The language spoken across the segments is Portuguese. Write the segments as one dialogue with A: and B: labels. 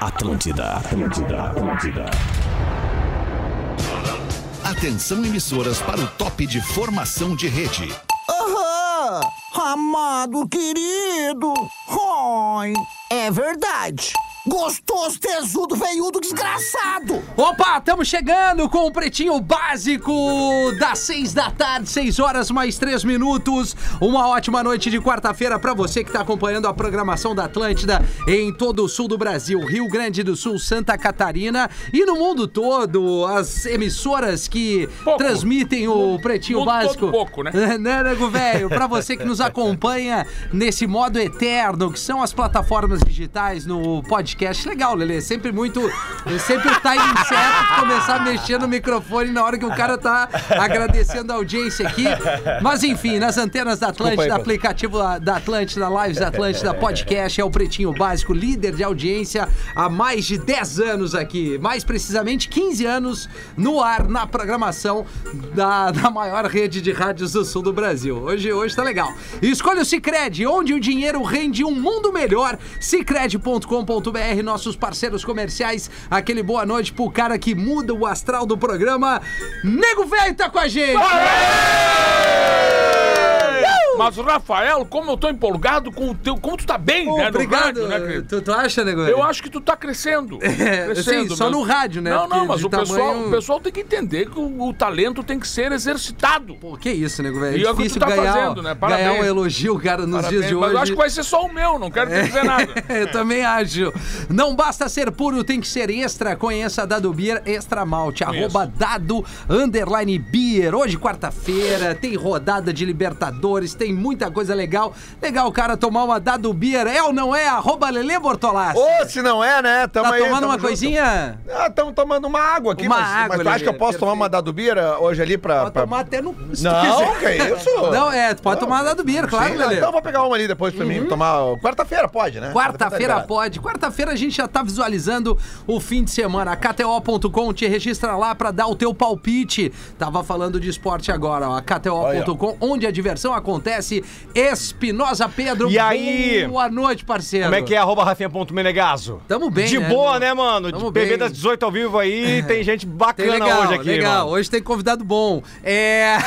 A: Atlântida, Atlântida, Atlântida.
B: Atenção emissoras para o top de formação de rede.
C: Aham! Amado querido! Oi! É verdade! Gostoso, tesudo, veiudo, desgraçado!
D: Opa, estamos chegando com o Pretinho Básico das seis da tarde, seis horas mais três minutos. Uma ótima noite de quarta-feira para você que está acompanhando a programação da Atlântida em todo o sul do Brasil, Rio Grande do Sul, Santa Catarina e no mundo todo. As emissoras que
E: Pouco.
D: transmitem o Pretinho
E: mundo todo
D: Básico.
E: pouco, né?
D: É, né, nego velho? Pra você que nos acompanha nesse modo eterno, que são as plataformas digitais no podcast. Legal, Lelê. é Sempre muito. é Sempre o timing certo de começar a mexer no microfone na hora que o cara tá agradecendo a audiência aqui. Mas enfim, nas antenas da Atlântida, aplicativo da Atlântida, Lives da Atlântida, podcast, é o Pretinho Básico, líder de audiência há mais de 10 anos aqui. Mais precisamente 15 anos no ar, na programação da, da maior rede de rádios do sul do Brasil. Hoje, hoje tá legal. Escolha o Cicred, onde o dinheiro rende um mundo melhor. Cicred.com.br, nossos parceiros comerciais. Aquele boa noite pro cara que muda o astral do programa. Nego Velho tá com a gente!
E: Mas, Rafael, como eu tô empolgado com o teu. Como tu tá bem, né? no rádio, né, querido?
D: tu, tu acha, Nego Velho?
E: Eu acho que tu tá crescendo.
D: É,
E: crescendo
D: sim, só
E: mesmo.
D: no rádio, né?
E: Não,
D: Porque
E: não, mas
D: de
E: o pessoal,
D: tamanho-
E: o pessoal tem que entender que o, o talento tem que ser exercitado.
D: Pô, que isso, Nego Velho?
E: E é o que tu tá
D: ganhar,
E: fazendo, né?
D: ganhar
E: Parabéns.
D: um elogio, cara, nos dias de
E: Mas
D: hoje. É.
E: eu acho que vai ser só o meu, não quero te dizer nada.
D: Eu também acho. Não basta ser puro, tem que ser extra. Conheça a Dado Beer Extra Malte, arroba Dado Underline Beer. Hoje, quarta-feira, tem rodada de Libertadores, tem muita coisa legal. Legal o cara tomar uma Dado Beer, é ou não é? Arroba Lelê Bortolassi.
F: Ô, se não é, né? Tamo
D: tá
F: aí,
D: tomando
F: tamo
D: uma
F: junto.
D: coisinha?
F: Ah, estamos tomando uma água aqui,
D: Uma
F: mas,
D: água,
F: mas tu acha que eu
D: Lelê,
F: posso tomar uma dadubira hoje ali pra...
D: Pode
F: pra-
D: tomar até no... se tu
F: Não,
D: quiser.
F: que isso?
D: Não, é, tu pode
F: Não,
D: tomar uma Dado Beer, claro,
F: Sim,
D: Lelê. Uhum.
F: Então eu vou pegar uma ali depois pra mim tomar... Quarta-feira pode, né?
G: Tá
D: Quarta-feira
F: pode.
D: pode. Quarta-feira a gente já tá visualizando o fim de semana. A KTO.com te registra lá pra dar o teu palpite. Tava falando de esporte agora, ó. A KTO.com, onde a diversão acontece. Espinosa Pedro.
G: E aí?
D: Boa noite, parceiro.
G: Como é que é, arroba rafinha.menegaso?
D: Tamo bem,
G: De
D: né,
G: boa,
D: irmão?
G: né, mano?
D: Tamo
G: De PV
D: bem. É.
G: das 18 ao vivo aí, tem gente
D: Tem
G: bacana
D: legal,
G: hoje aqui,
D: legal.
G: irmão.
D: Hoje tem convidado bom. É.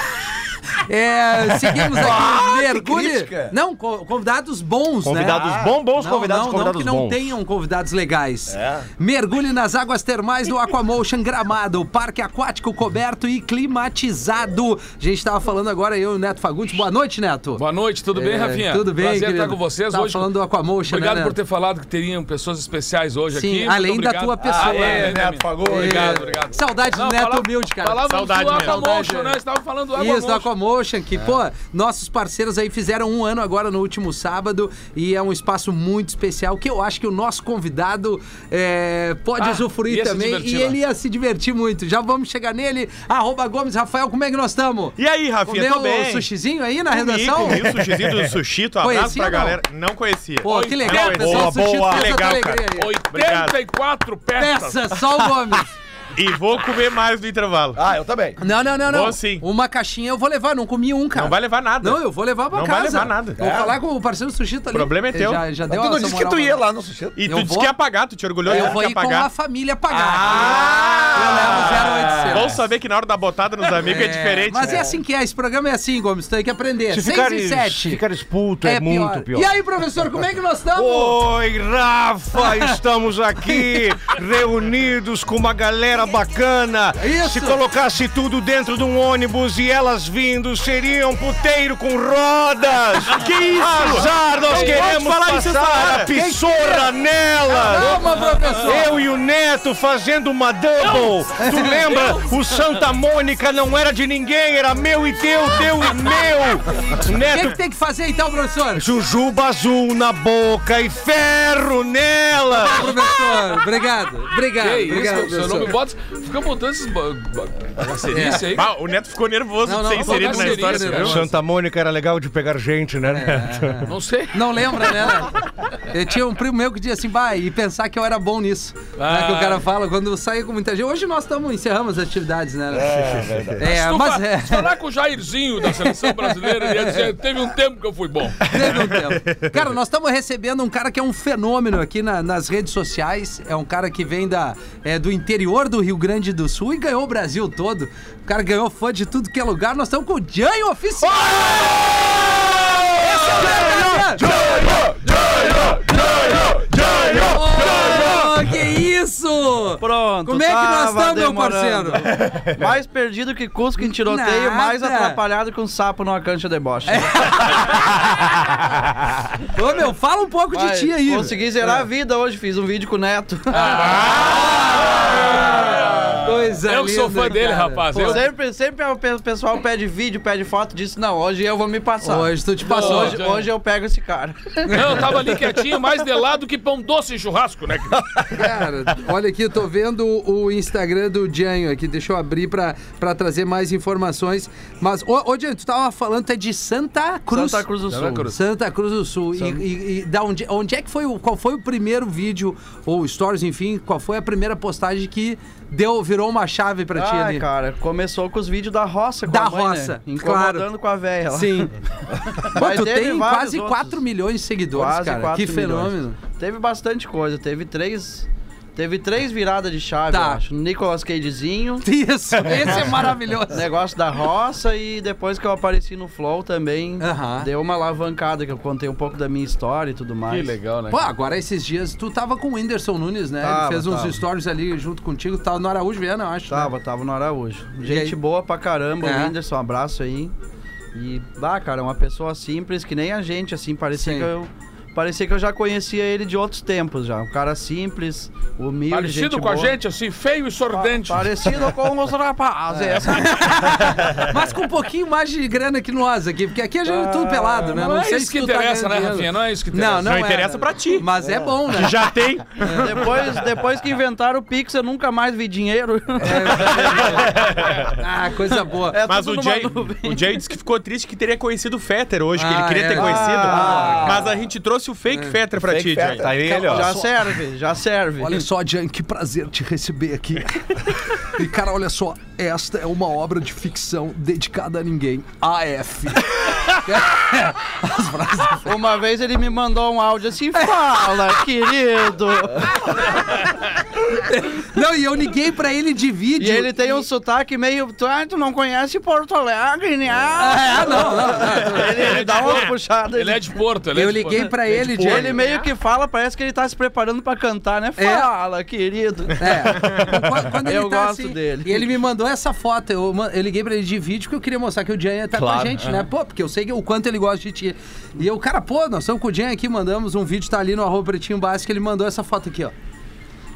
D: É, seguimos
G: Ah,
D: aqui, mergulhe.
F: crítica.
D: Não, co- convidados bons,
G: Convidados
D: né?
G: bons, bons
D: não,
G: convidados,
D: não,
G: convidados
D: não que
G: bons. É.
D: não tenham convidados legais. Mergulhe nas águas termais do Aquamotion Gramado, parque aquático coberto e climatizado. A gente tava falando agora, eu e o Neto Fagundes. Boa noite, Neto.
E: Boa noite, tudo bem,
D: É,
E: Rafinha?
D: tudo bem,
E: Prazer
D: querido.
E: estar com vocês
D: Tava
E: hoje.
D: falando do Aquamotion,
E: Obrigado
D: né,
E: por
D: Neto?
E: ter falado que teriam pessoas especiais hoje
D: Sim,
E: aqui. Muito
D: além da
E: obrigado.
D: tua pessoa,
E: Ah, é,
D: né, É.
E: né?
F: Neto Fagundes.
E: Obrigado, obrigado.
D: Saudade do
E: Não,
D: Neto
E: falava-
D: humilde, cara.
E: Falávamos
D: Saudade
E: do
D: mesmo.
E: Aquamotion,
D: Saudade,
E: né?
D: é.
E: Estavam falando do
D: Isso, do
E: Aquamotion.
D: Aquamotion, que, pô, nossos parceiros aí fizeram um ano agora no último sábado e é um espaço muito especial que eu acho que o nosso convidado é, pode
E: Ah,
D: usufruir
E: ia se
D: também
E: divertir
D: e
E: lá.
D: ele ia se divertir muito. Já vamos chegar nele. Arroba Gomes Rafael, como é que nós estamos?
G: E aí, Rafinha,
D: Comeu
G: tô bem.
D: sushizinho aí na
H: Comi,
D: redação?
H: comi o sushizinho do sushi, tu abraço
D: Conhecia
H: pra
D: ou não?
H: galera. Não conhecia.
D: Pô, que legal,
H: Não,
D: pessoal.
G: boa,
D: sushi
G: boa.
D: fez outra
H: Legal, cara.
D: alegria aí.
E: 84 peças.
D: Peça, só o Gomes.
H: E vou comer mais no intervalo.
F: Ah, eu também.
D: Não, não, não, não.
H: Bom, sim.
D: Uma caixinha eu vou levar, não comi um, cara.
H: Não vai levar nada.
D: Não, eu vou levar pra
H: Não vai
D: casa.
H: levar nada.
D: Vou
H: É.
D: falar com o parceiro Sushi tá ali.
H: O problema é
D: Ele
H: teu.
D: Já, já deu
F: tu não
D: essa
F: disse que
D: moral
F: tu ia
D: pra
F: lá no sushi?
H: E tu
D: eu
H: disse
D: vou- É,
H: que ia pagar, tu te orgulhou de
D: Eu
H: dizer
D: vou
H: que ia
D: ir com a
H: pagar.
D: família pagar. eu levo 0800.
H: Ah! Bom saber que na hora da botada nos amigos é, diferente.
D: Mas é
H: né?
D: assim que é, esse programa é assim, Gomes, tu tem que aprender.
G: Se
D: 6
G: ficares,
D: e 7.
G: ficares puto, é, muito pior.
D: E aí, professor, como é que nós estamos?
G: Oi, Rafa! Estamos aqui reunidos com uma galera bacana.
D: É Isso.
G: Se colocasse tudo dentro de um ônibus e elas vindo, seria um puteiro com rodas. Que isso? Azar, nós queremos
H: falar isso essa
G: passar
H: hora.
G: a
D: é?
G: pissorra nelas.
D: Calma, professor.
G: Eu e o Neto fazendo uma double.
D: É.
G: Tu lembra? O Santa Mônica não era de ninguém, era meu e teu, teu e meu.
D: O que,
G: Neto
D: que tem que fazer então, professor?
G: Jujuba azul na boca e ferro nela!
D: Professor, obrigado. Obrigado,
E: Que isso,
D: obrigado,
E: professor, não me
D: professor.
E: bota. Fica botando esses. ba- ba- Isso aí.
H: Bah, Ah, o Neto ficou nervoso
D: Não,
H: de ser
D: não,
H: inserido
D: não,
H: na
D: não, não,
H: história, você
D: não,
H: viu?
G: Santa Mônica era legal de pegar gente,
I: É.
G: né, Neto?
E: Não sei.
D: Não lembra, né? Eu tinha um primo meu que dizia assim, vai, e pensar que eu era bom nisso. Né, que o cara fala quando saía com muita gente. Hoje nós estamos, encerramos as atividades, né? É,
E: Se tu
D: mas
E: fa-
D: é.
E: se falar com o Jairzinho da seleção brasileira, ele ia dizer, teve um tempo que eu fui bom.
D: Teve um tempo. Cara, nós estamos recebendo um cara que é um fenômeno aqui na- nas redes sociais. É um cara que vem da, é, do interior do Rio Grande do Sul e ganhou o Brasil todo. O cara ganhou fã de tudo que é lugar. Nós estamos com o Janho Oficial. Esse é o Janho! Oh, que isso!
I: Pronto.
D: Como é que nós
I: tava
D: estamos, meu
I: demorando.
D: parceiro?
I: Mais perdido que cusco em tiroteio,
D: Nada.
I: mais atrapalhado que um sapo numa cancha de bocha.
D: Ô, meu, fala um pouco de ti aí.
I: Consegui zerar a vida hoje, fiz um vídeo com o Neto.
D: Ah, Coisa
E: eu que sou
D: linda,
E: fã dele,
D: cara.
E: rapaz.
I: Pô,
E: Eu-
I: sempre, sempre o pe- pessoal pede vídeo, pede foto, disse, não, hoje eu vou me passar.
D: Hoje tu te passou.
I: Hoje, hoje eu pego esse cara.
E: Não, eu tava ali quietinho, mais de lado que pão doce e churrasco, né?
D: Cara, olha aqui, eu tô vendo o Instagram do Janho aqui. Deixa eu abrir pra, pra trazer mais informações. Mas, ô, ô Janho, tu tava falando até de Santa Cruz.
I: Santa Cruz do Sul.
D: Santa Cruz do Sul. E, e- e da onde, onde é que foi, o- qual foi o primeiro vídeo, ou stories, enfim, qual foi a primeira postagem que deu, virou uma chave pra ti
I: Ah,
D: ali?
I: cara, começou com os vídeos da roça com
D: Da
I: a mãe,
D: roça,
I: né?
D: claro.
I: Incomodando com a velha lá.
D: Sim. Pô,
I: Mas
D: tu
I: teve
D: tem
I: vários
D: quase
I: outros.
D: 4 milhões de seguidores,
I: Quase
D: cara.
I: 4
D: Que
I: milhões.
D: fenômeno.
I: Teve bastante coisa, teve três... Teve três viradas de chave,
D: Tá.
I: eu acho. Nicolas Cagezinho,
D: Isso, esse é maravilhoso.
I: negócio da roça e depois que eu apareci no Flow também,
D: Aham.
I: deu uma alavancada que eu contei um pouco da minha história e tudo mais.
D: Pô, agora esses dias tu tava com o Whindersson Nunes, né? Ele
I: Tava,
D: fez uns
I: tava.
D: stories ali junto contigo, tava no Araújo Viana, eu acho. né?
I: Tava, tava no Araújo.
D: E aí?
I: Gente boa pra caramba,
D: É.
I: o Whindersson, um abraço aí. E, bah, cara, é uma pessoa simples, que nem a gente, assim, parecia
D: Sim.
I: que eu. Parecia que eu já conhecia ele de outros tempos já. Um cara simples, humilde.
E: Parecido
I: gente
E: com a
I: boa.
E: gente, assim, feio e sordente.
I: Parecido com os rapazes. essa-
D: Mas com um pouquinho mais de grana que nós aqui, porque aqui a gente é tudo pelado, né?
E: não é isso que
D: tu tá
E: interessa,
D: ganhando dinheiro.
E: né, Rafinha? Não é isso que interessa.
D: Não, não,
H: Não
D: é,
H: interessa
D: né?
H: pra ti.
D: Mas é, bom, né?
H: Já tem.
I: depois, depois que inventaram o Pix, eu nunca mais vi dinheiro.
D: Ah, coisa boa.
I: É
H: Mas
I: tudo
H: o
I: numa
H: Jay,
I: nuvem.
H: o Jay disse que ficou triste que teria conhecido o Fetter hoje, que
D: Ah,
H: ele queria
D: é.
H: ter conhecido.
I: Ah,
H: mas a gente trouxe o fake Fetter pra ti, Jay.
G: Tá ele, ó.
I: Já serve, já serve.
J: Olha só, Jan, que prazer te receber aqui. E, cara, olha só, esta é uma obra de ficção dedicada a ninguém. AF.
I: Uma vez ele me mandou um áudio assim: fala, querido.
D: Não, e eu liguei pra ele de vídeo.
I: E ele tem um sotaque meio. Tu, ah, tu não conhece Porto Alegre, né?
D: Ah, não, não. tá
I: ele, ele dá uma puxada.
E: Ele
I: Ele,
E: é de Porto, ele é
D: Eu
E: de
D: liguei
E: Porto.
D: pra ele de.
I: ele tipo, meio que fala, parece que ele tá se preparando pra cantar, né?
D: É.
I: Fala, querido.
D: É. Quando- Quando ele
I: Eu
D: tá
I: gosto
D: assim,
I: dele.
D: E ele me mandou essa foto. Eu, ma- eu liguei pra ele de vídeo porque eu queria mostrar que o Jean ia estar com a gente, né? Pô, porque eu sei que- o quanto ele gosta de ti. E eu, cara, pô, nós estamos com o Jean aqui, mandamos um vídeo, tá ali no arroba pretinho básico, ele mandou essa foto aqui, ó.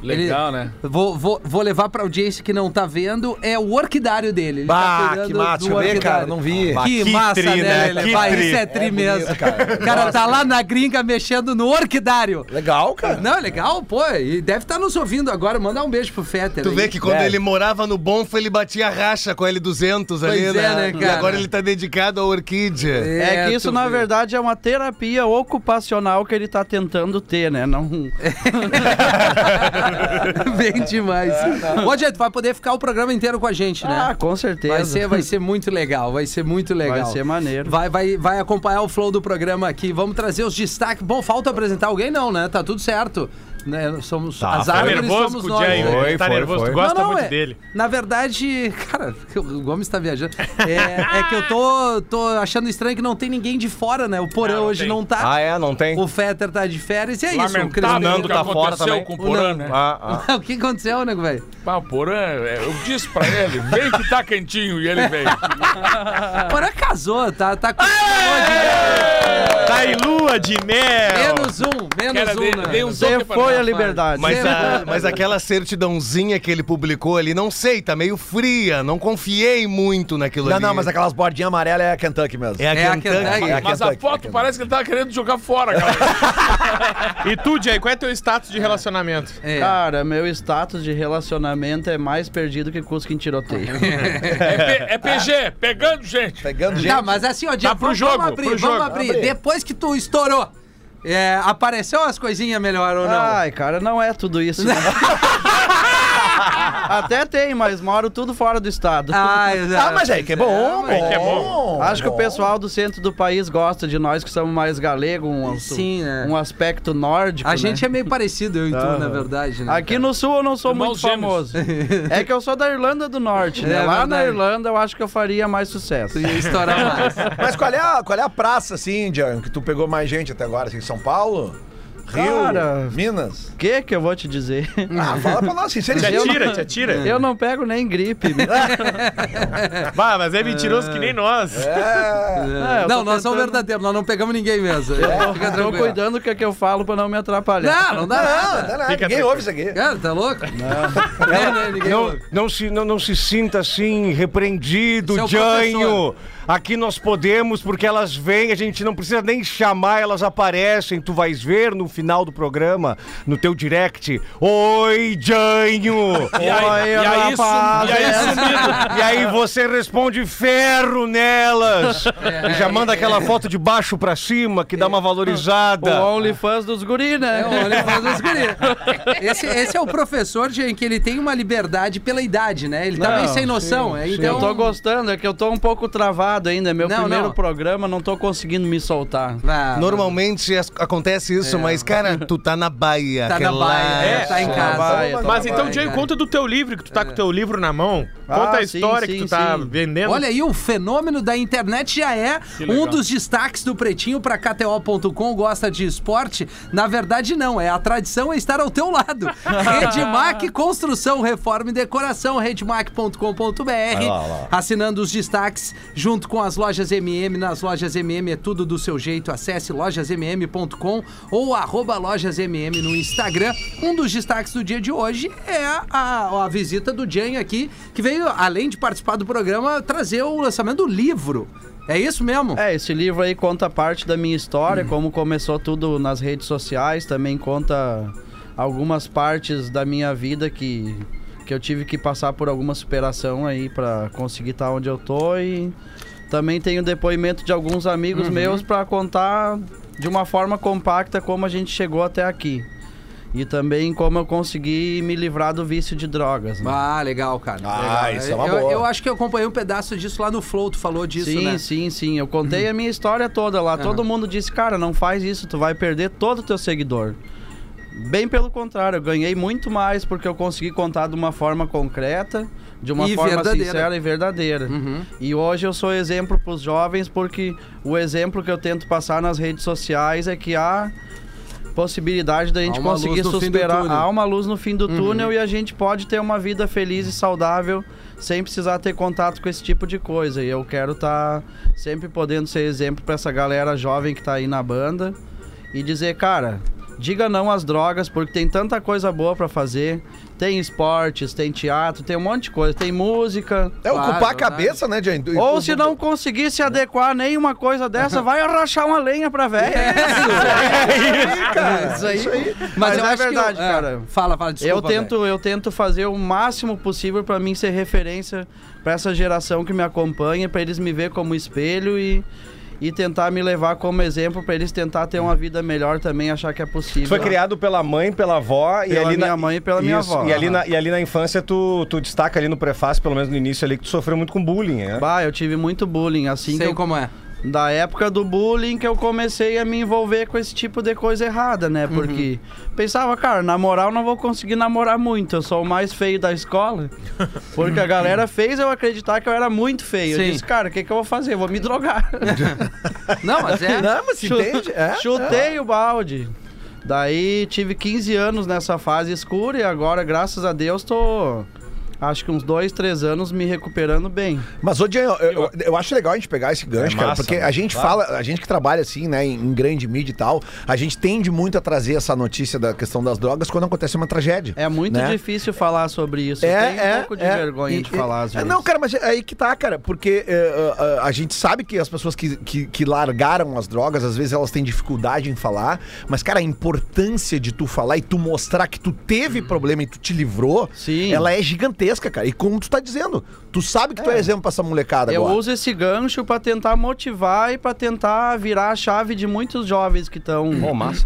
E: Legal,
D: Ele-
E: né?
D: Vou, vou, vou levar pra audiência que não tá vendo. É o orquidário dele. Ele tá
F: Bah,
D: cuidando
F: que massa.
D: do
F: Deixa eu ver,
D: orquidário.
F: cara. Não vi.
H: Bah,
D: Que,
H: que
D: massa,
H: tri,
D: né?
H: né?
D: Lele?
H: Que
D: Bah,
H: tri.
D: Isso é tri
F: É bonito,
D: mesmo.
F: cara.
D: O cara tá lá na gringa mexendo no orquidário.
F: Legal, cara.
D: Não, é legal, pô. E deve estar nos ouvindo agora. Mandar um beijo pro Fetter.
K: Tu
D: aí.
K: vê que
I: É.
K: quando ele morava no Bonfa, ele batia racha com a L200 ali,
D: Pois é, né,
K: né? E
D: cara?
K: agora ele tá dedicado à orquídea.
I: É que isso,
D: tu
I: na
D: vê.
I: verdade, é uma terapia ocupacional que ele tá tentando ter, né? Não.
D: É, Bem demais. Ô, Jean, tu vai poder ficar o programa inteiro com a gente, né?
I: É, tá. Ah, com certeza.
D: Vai ser, vai ser muito legal, vai ser muito legal.
I: Vai ser maneiro.
D: Vai, vai, vai acompanhar o flow do programa aqui. Vamos trazer os destaques. Bom, falta apresentar alguém, não, né? Tá tudo certo. Né? Somos as
H: Tá
D: árvores,
H: nervoso
D: somos
H: com o
D: nós.
H: Jay,
G: Foi,
H: né? Tá
G: foi,
H: nervoso,
G: foi.
H: tu gosta
D: Não, não,
H: muito
D: é-
H: dele.
D: Na verdade, cara, o Gomes tá viajando. É, é que eu tô, tô achando estranho que não tem ninguém de fora, né? O Porã
H: Não, não
D: hoje
H: tem.
D: não tá.
G: Ah, é? Não tem?
D: O Fetter tá de férias e é isso. O Cris
E: Lamentável
G: Nando
E: o que
G: tá fora
E: aconteceu
G: também.
E: com o Porã, né?
G: Ah, ah.
D: o que aconteceu, nego, velho?
E: Pá, o Porã, é, eu disse pra ele, vem que tá quentinho, e ele veio.
D: Porã casou, tá, tá com.
H: Tá em lua de mel.
D: Menos um, menos
E: Cara,
D: um,
E: dei,
D: né?
E: dei um
I: Você
E: toque pra
I: foi foi a liberdade.
K: Mas, a- mas aquela certidãozinha que ele publicou ali, não sei, tá meio fria. Não confiei muito naquilo
F: Não,
K: ali.
F: não, mas aquelas bordinhas amarelas é a Kentucky mesmo.
K: É a É a Kentucky. Kentucky.
F: É a
E: Mas a
F: Kentucky.
E: foto parece que ele tava querendo jogar fora, cara.
H: E tu, Jay, qual é teu status de relacionamento?
D: É.
I: Cara, meu status de relacionamento é mais perdido que Cusco em tiroteio.
E: É, P- é PG, pegando gente.
F: Pegando
D: Tá, mas assim, ó, Diego,
E: pro
D: vamos,
E: jogo,
D: abrir,
E: pro
D: vamos
E: jogo.
D: abrir.
E: Abre.
D: Depois que tu estourou, é, apareceu as coisinhas melhor ou não?
G: Ah,
I: Ai, cara, não é tudo isso. né? Até tem, mas moro tudo fora do estado.
D: Ah, exato.
F: Ah, mas aí que é bom,
D: mas-
F: bom.
E: que é
I: Acho que o pessoal do centro do país gosta de nós que somos mais galego, um,
D: Sim, né?
I: um aspecto nórdico.
D: A gente
I: né?
D: é meio parecido, eu e tu, na verdade, né?
I: Aqui no sul eu não sou
E: Irmãos
I: muito
E: gêmeos.
I: famoso. É que eu sou da Irlanda do Norte, né?
D: É
I: Lá na
D: verdade.
I: Irlanda eu acho que eu faria mais sucesso.
D: ia estourar mais.
F: Mas qual é, a, qual é a praça, assim, Jean, que tu pegou mais gente até agora? Assim, São Paulo? Rio?
I: Cara.
F: Minas?
I: O que que eu vou te dizer?
F: Ah, fala pra nós, assim, se eles
H: Te
F: eu-
H: atira, te atira.
D: É.
I: Eu não pego nem gripe. meu.
H: Bah, mas é mentiroso que nem nós.
F: É.
I: É, eu
D: não,
I: tô
D: nós somos
I: tentando-
D: verdadeiros, nós não pegamos ninguém mesmo. Fica
I: Tô
D: tranquilo.
I: cuidando do que, é que eu falo pra não me atrapalhar.
D: Não, não dá
F: Não, não
D: nada.
F: dá nada, ninguém ouve isso aqui.
D: Cara, tá louco? Não. Não, não, ninguém
G: Não,
D: ouve.
G: não, se, não, não se sinta assim, repreendido,
D: Esse é o
G: Janho. Aqui nós podemos, porque elas vêm, a gente não precisa nem chamar, elas aparecem. Tu vais ver no final do programa, no teu direct. Oi, Janho!
E: E aí, e aí, sum- e aí sumido.
G: E aí você responde ferro nelas.
E: É.
G: E já manda aquela foto de baixo pra cima, que dá uma
I: O
G: valorizada.
I: OnlyFans dos guri, né?
D: É, olha, faz os guri. Esse, esse é o professor, gente, que ele tem uma liberdade pela idade, né? Ele tá
I: Não,
D: meio sem noção. é, então...
I: Eu tô gostando, é que eu tô um pouco travado ainda. É Meu
D: Não,
I: primeiro
D: não.
I: programa, não tô conseguindo me soltar.
D: Vá,
K: Normalmente as- acontece
E: É.
K: isso, mas, cara, tu tá na baia.
D: Tá na
F: né?
D: baia,
K: relaxa.
D: tá em casa.
I: Vai, eu tô
H: É. Mas
I: na
H: então,
I: vai.
H: Jay, conta do teu livro, que tu tá com o teu livro na mão.
I: Ah,
H: Conta a
I: sim,
H: história
I: sim,
H: que tu tá
I: sim.
H: vendendo.
D: Olha aí, o fenômeno da internet já é um dos destaques do Pretinho para KTO.com. Gosta de esporte? Na verdade, não. É a tradição é estar ao teu lado. Redmac Construção, Reforma e Decoração, redmac.com.br. Assinando os destaques junto com as lojas MM. Nas lojas MM é tudo do seu jeito. Acesse lojasmm.com ou arroba lojasmm no Instagram. Um dos destaques do dia de hoje é a, a visita do Jan aqui, que veio, além de participar do programa, trazer o lançamento do livro. É isso mesmo?
I: É, esse livro aí conta parte da minha história, como começou tudo nas redes sociais, também conta algumas partes da minha vida que, que eu tive que passar por alguma superação aí pra conseguir estar onde eu tô e também tenho depoimento de alguns amigos meus pra contar de uma forma compacta como a gente chegou até aqui. E também como eu consegui me livrar do vício de drogas. né?
D: Ah, legal, cara.
F: Ah,
D: Legal.
F: isso é uma
D: eu,
F: boa.
D: eu acho que eu acompanhei um pedaço disso lá no Flow, tu falou disso,
I: sim,
D: né?
I: sim, sim. Eu contei a minha história toda lá. Todo mundo disse, cara, não faz isso, tu vai perder todo o teu seguidor. Bem pelo contrário, eu ganhei muito mais porque eu consegui contar de uma forma concreta, de uma
D: E
I: forma
D: verdadeira. Uhum.
I: sincera e verdadeira. E hoje eu sou exemplo para os jovens porque o exemplo que eu tento passar nas redes sociais é que há possibilidade da gente
D: uma luz
I: conseguir
D: no fim do
I: superar.
D: túnel. Uhum.
I: Há uma luz no fim do túnel e a gente pode ter uma vida feliz e saudável sem precisar ter contato com esse tipo de coisa. E eu quero estar sempre podendo ser exemplo para essa galera jovem que tá aí na banda e dizer, cara, diga não às drogas porque tem tanta coisa boa para fazer. Tem esportes, tem teatro, tem um monte de coisa, tem música.
F: É ocupar a
D: Claro,
F: cabeça, né, Jean? Do-
I: Ou
F: do-
I: se não conseguir se adequar nenhuma coisa dessa, vai arrachar uma lenha pra velha.
D: É isso aí. Mas,
I: Mas
D: eu
I: é
D: acho que eu-
I: verdade,
D: é,
I: cara.
D: Fala, fala, desculpa.
I: eu tento, eu tento fazer o máximo possível pra mim ser referência pra essa geração que me acompanha, pra eles me ver como espelho e e tentar me levar como exemplo pra eles tentar ter uma vida melhor também, achar que é possível.
G: Foi criado pela mãe, pela avó e
I: Pela
G: ali na
I: minha mãe e pela minha avó.
G: E ali,
I: Aham.
G: na, e ali na infância tu, tu destaca ali no prefácio, pelo menos no início ali, que tu sofreu muito com bullying, né?
I: Bah, eu tive muito bullying assim que
D: Sei
I: eu
D: como é.
I: da época do bullying que eu comecei a me envolver com esse tipo de coisa errada, né?
F: Uhum.
I: Porque pensava, cara, na moral não vou conseguir namorar muito, eu sou o mais feio da escola. Porque a galera fez eu acreditar que eu era muito feio.
D: Sim.
I: Eu disse, cara, o que, que eu vou fazer? Eu Vou me drogar.
D: Não, mas é.
F: Não, mas se entende? É.
I: Chutei o balde. Daí tive 15 anos nessa fase escura e agora, graças a Deus, tô acho que uns dois, três anos me recuperando bem.
F: Mas, ô, Jean, eu, eu- eu acho legal a gente pegar esse gancho,
I: É
F: cara,
I: massa,
F: porque a
I: mano,
F: gente
I: claro.
F: fala, a gente que trabalha assim, né, em em grande mídia e tal, a gente tende muito a trazer essa notícia da questão das drogas quando acontece uma tragédia.
I: É muito
F: né?
I: difícil falar sobre isso.
F: É,
I: Tem
F: é,
I: um pouco de
F: é.
I: vergonha
F: E-
I: de
F: e-
I: falar às
F: é,
I: vezes.
F: Não, cara, mas é aí que tá, cara, porque é, a- a, a gente sabe que as pessoas que, que, que largaram as drogas, às vezes elas têm dificuldade em falar, mas, cara, a importância de tu falar e tu mostrar que tu teve problema e tu te livrou, ela é gigantesca, cara. E como tu tá dizendo, tu sabe que tu é exemplo pra essa molecada
I: Eu
F: agora.
I: uso esse gancho pra tentar motivar e pra tentar virar a chave de muitos jovens que estão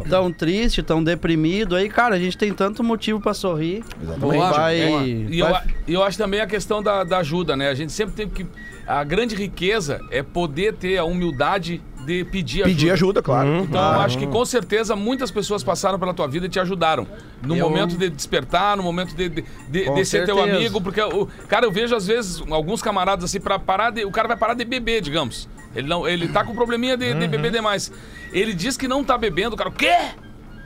I: tão triste, tão deprimido. Aí, cara, a gente tem tanto motivo pra sorrir.
E: Boa,
I: Vai,
E: é.
I: vai
E: E eu, a- eu acho também a questão da, da ajuda, né? A gente sempre tem que. A grande riqueza é poder ter a humildade de pedir ajuda.
F: Pedir ajuda, claro.
E: Então eu
F: Claro.
E: acho que com certeza muitas pessoas passaram pela tua vida e te ajudaram. No
F: Eu-
E: momento de despertar, no momento de, de, de-
F: Com
E: de ser teu
F: certeza.
E: amigo. Porque, o, cara, eu vejo às vezes alguns camaradas assim, para parar de, o cara vai parar de beber, digamos. Ele, não, ele tá com probleminha de, de beber demais. Ele diz que não tá bebendo, o cara, o quê?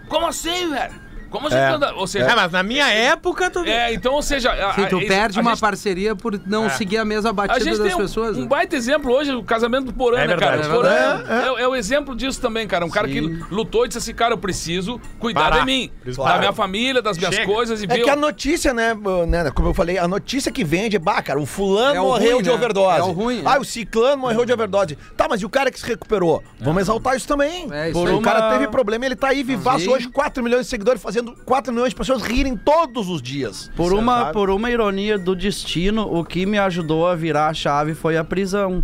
E: Como assim, velho? Como assim?
D: É.
E: tu anda-" Ou seja,
D: É, mas
E: na minha época, tu. É, então, ou seja. a-
D: Sim,
E: a-
D: tu
E: isso-
D: perde
E: a
D: uma
E: gente-
D: parceria por não
E: É.
D: seguir a mesma
E: a
D: batida
E: gente
D: das
E: tem um,
D: pessoas. né?
E: um baita exemplo hoje, o casamento do Porã,
D: É
E: né, cara?
D: verdade.
E: O Porã
D: É
E: é, é o exemplo disso também, cara. Um cara que lutou e disse assim, cara, eu preciso cuidar
F: Parar.
E: de mim,
F: Claro.
E: da minha família, das minhas coisas e
F: É
E: ver
F: que
E: o-
F: a notícia, né, né, como eu falei, a notícia que vende é, bah, cara, o fulano
E: É o
F: morreu
E: ruim,
F: de
E: né?
F: overdose.
E: É o ruim,
F: Ah, o ciclano morreu de overdose. Tá, mas e o cara que se recuperou? Vamos exaltar isso também.
D: isso
F: Por
D: aí.
G: um-
F: O cara
D: É, Uma-
F: teve problema, ele tá aí vivaço
I: Sim.
F: hoje, 4 milhões de seguidores, fazendo 4 milhões de pessoas rirem todos os dias.
I: Por uma, por uma ironia do destino, o que me ajudou a virar a chave foi a prisão.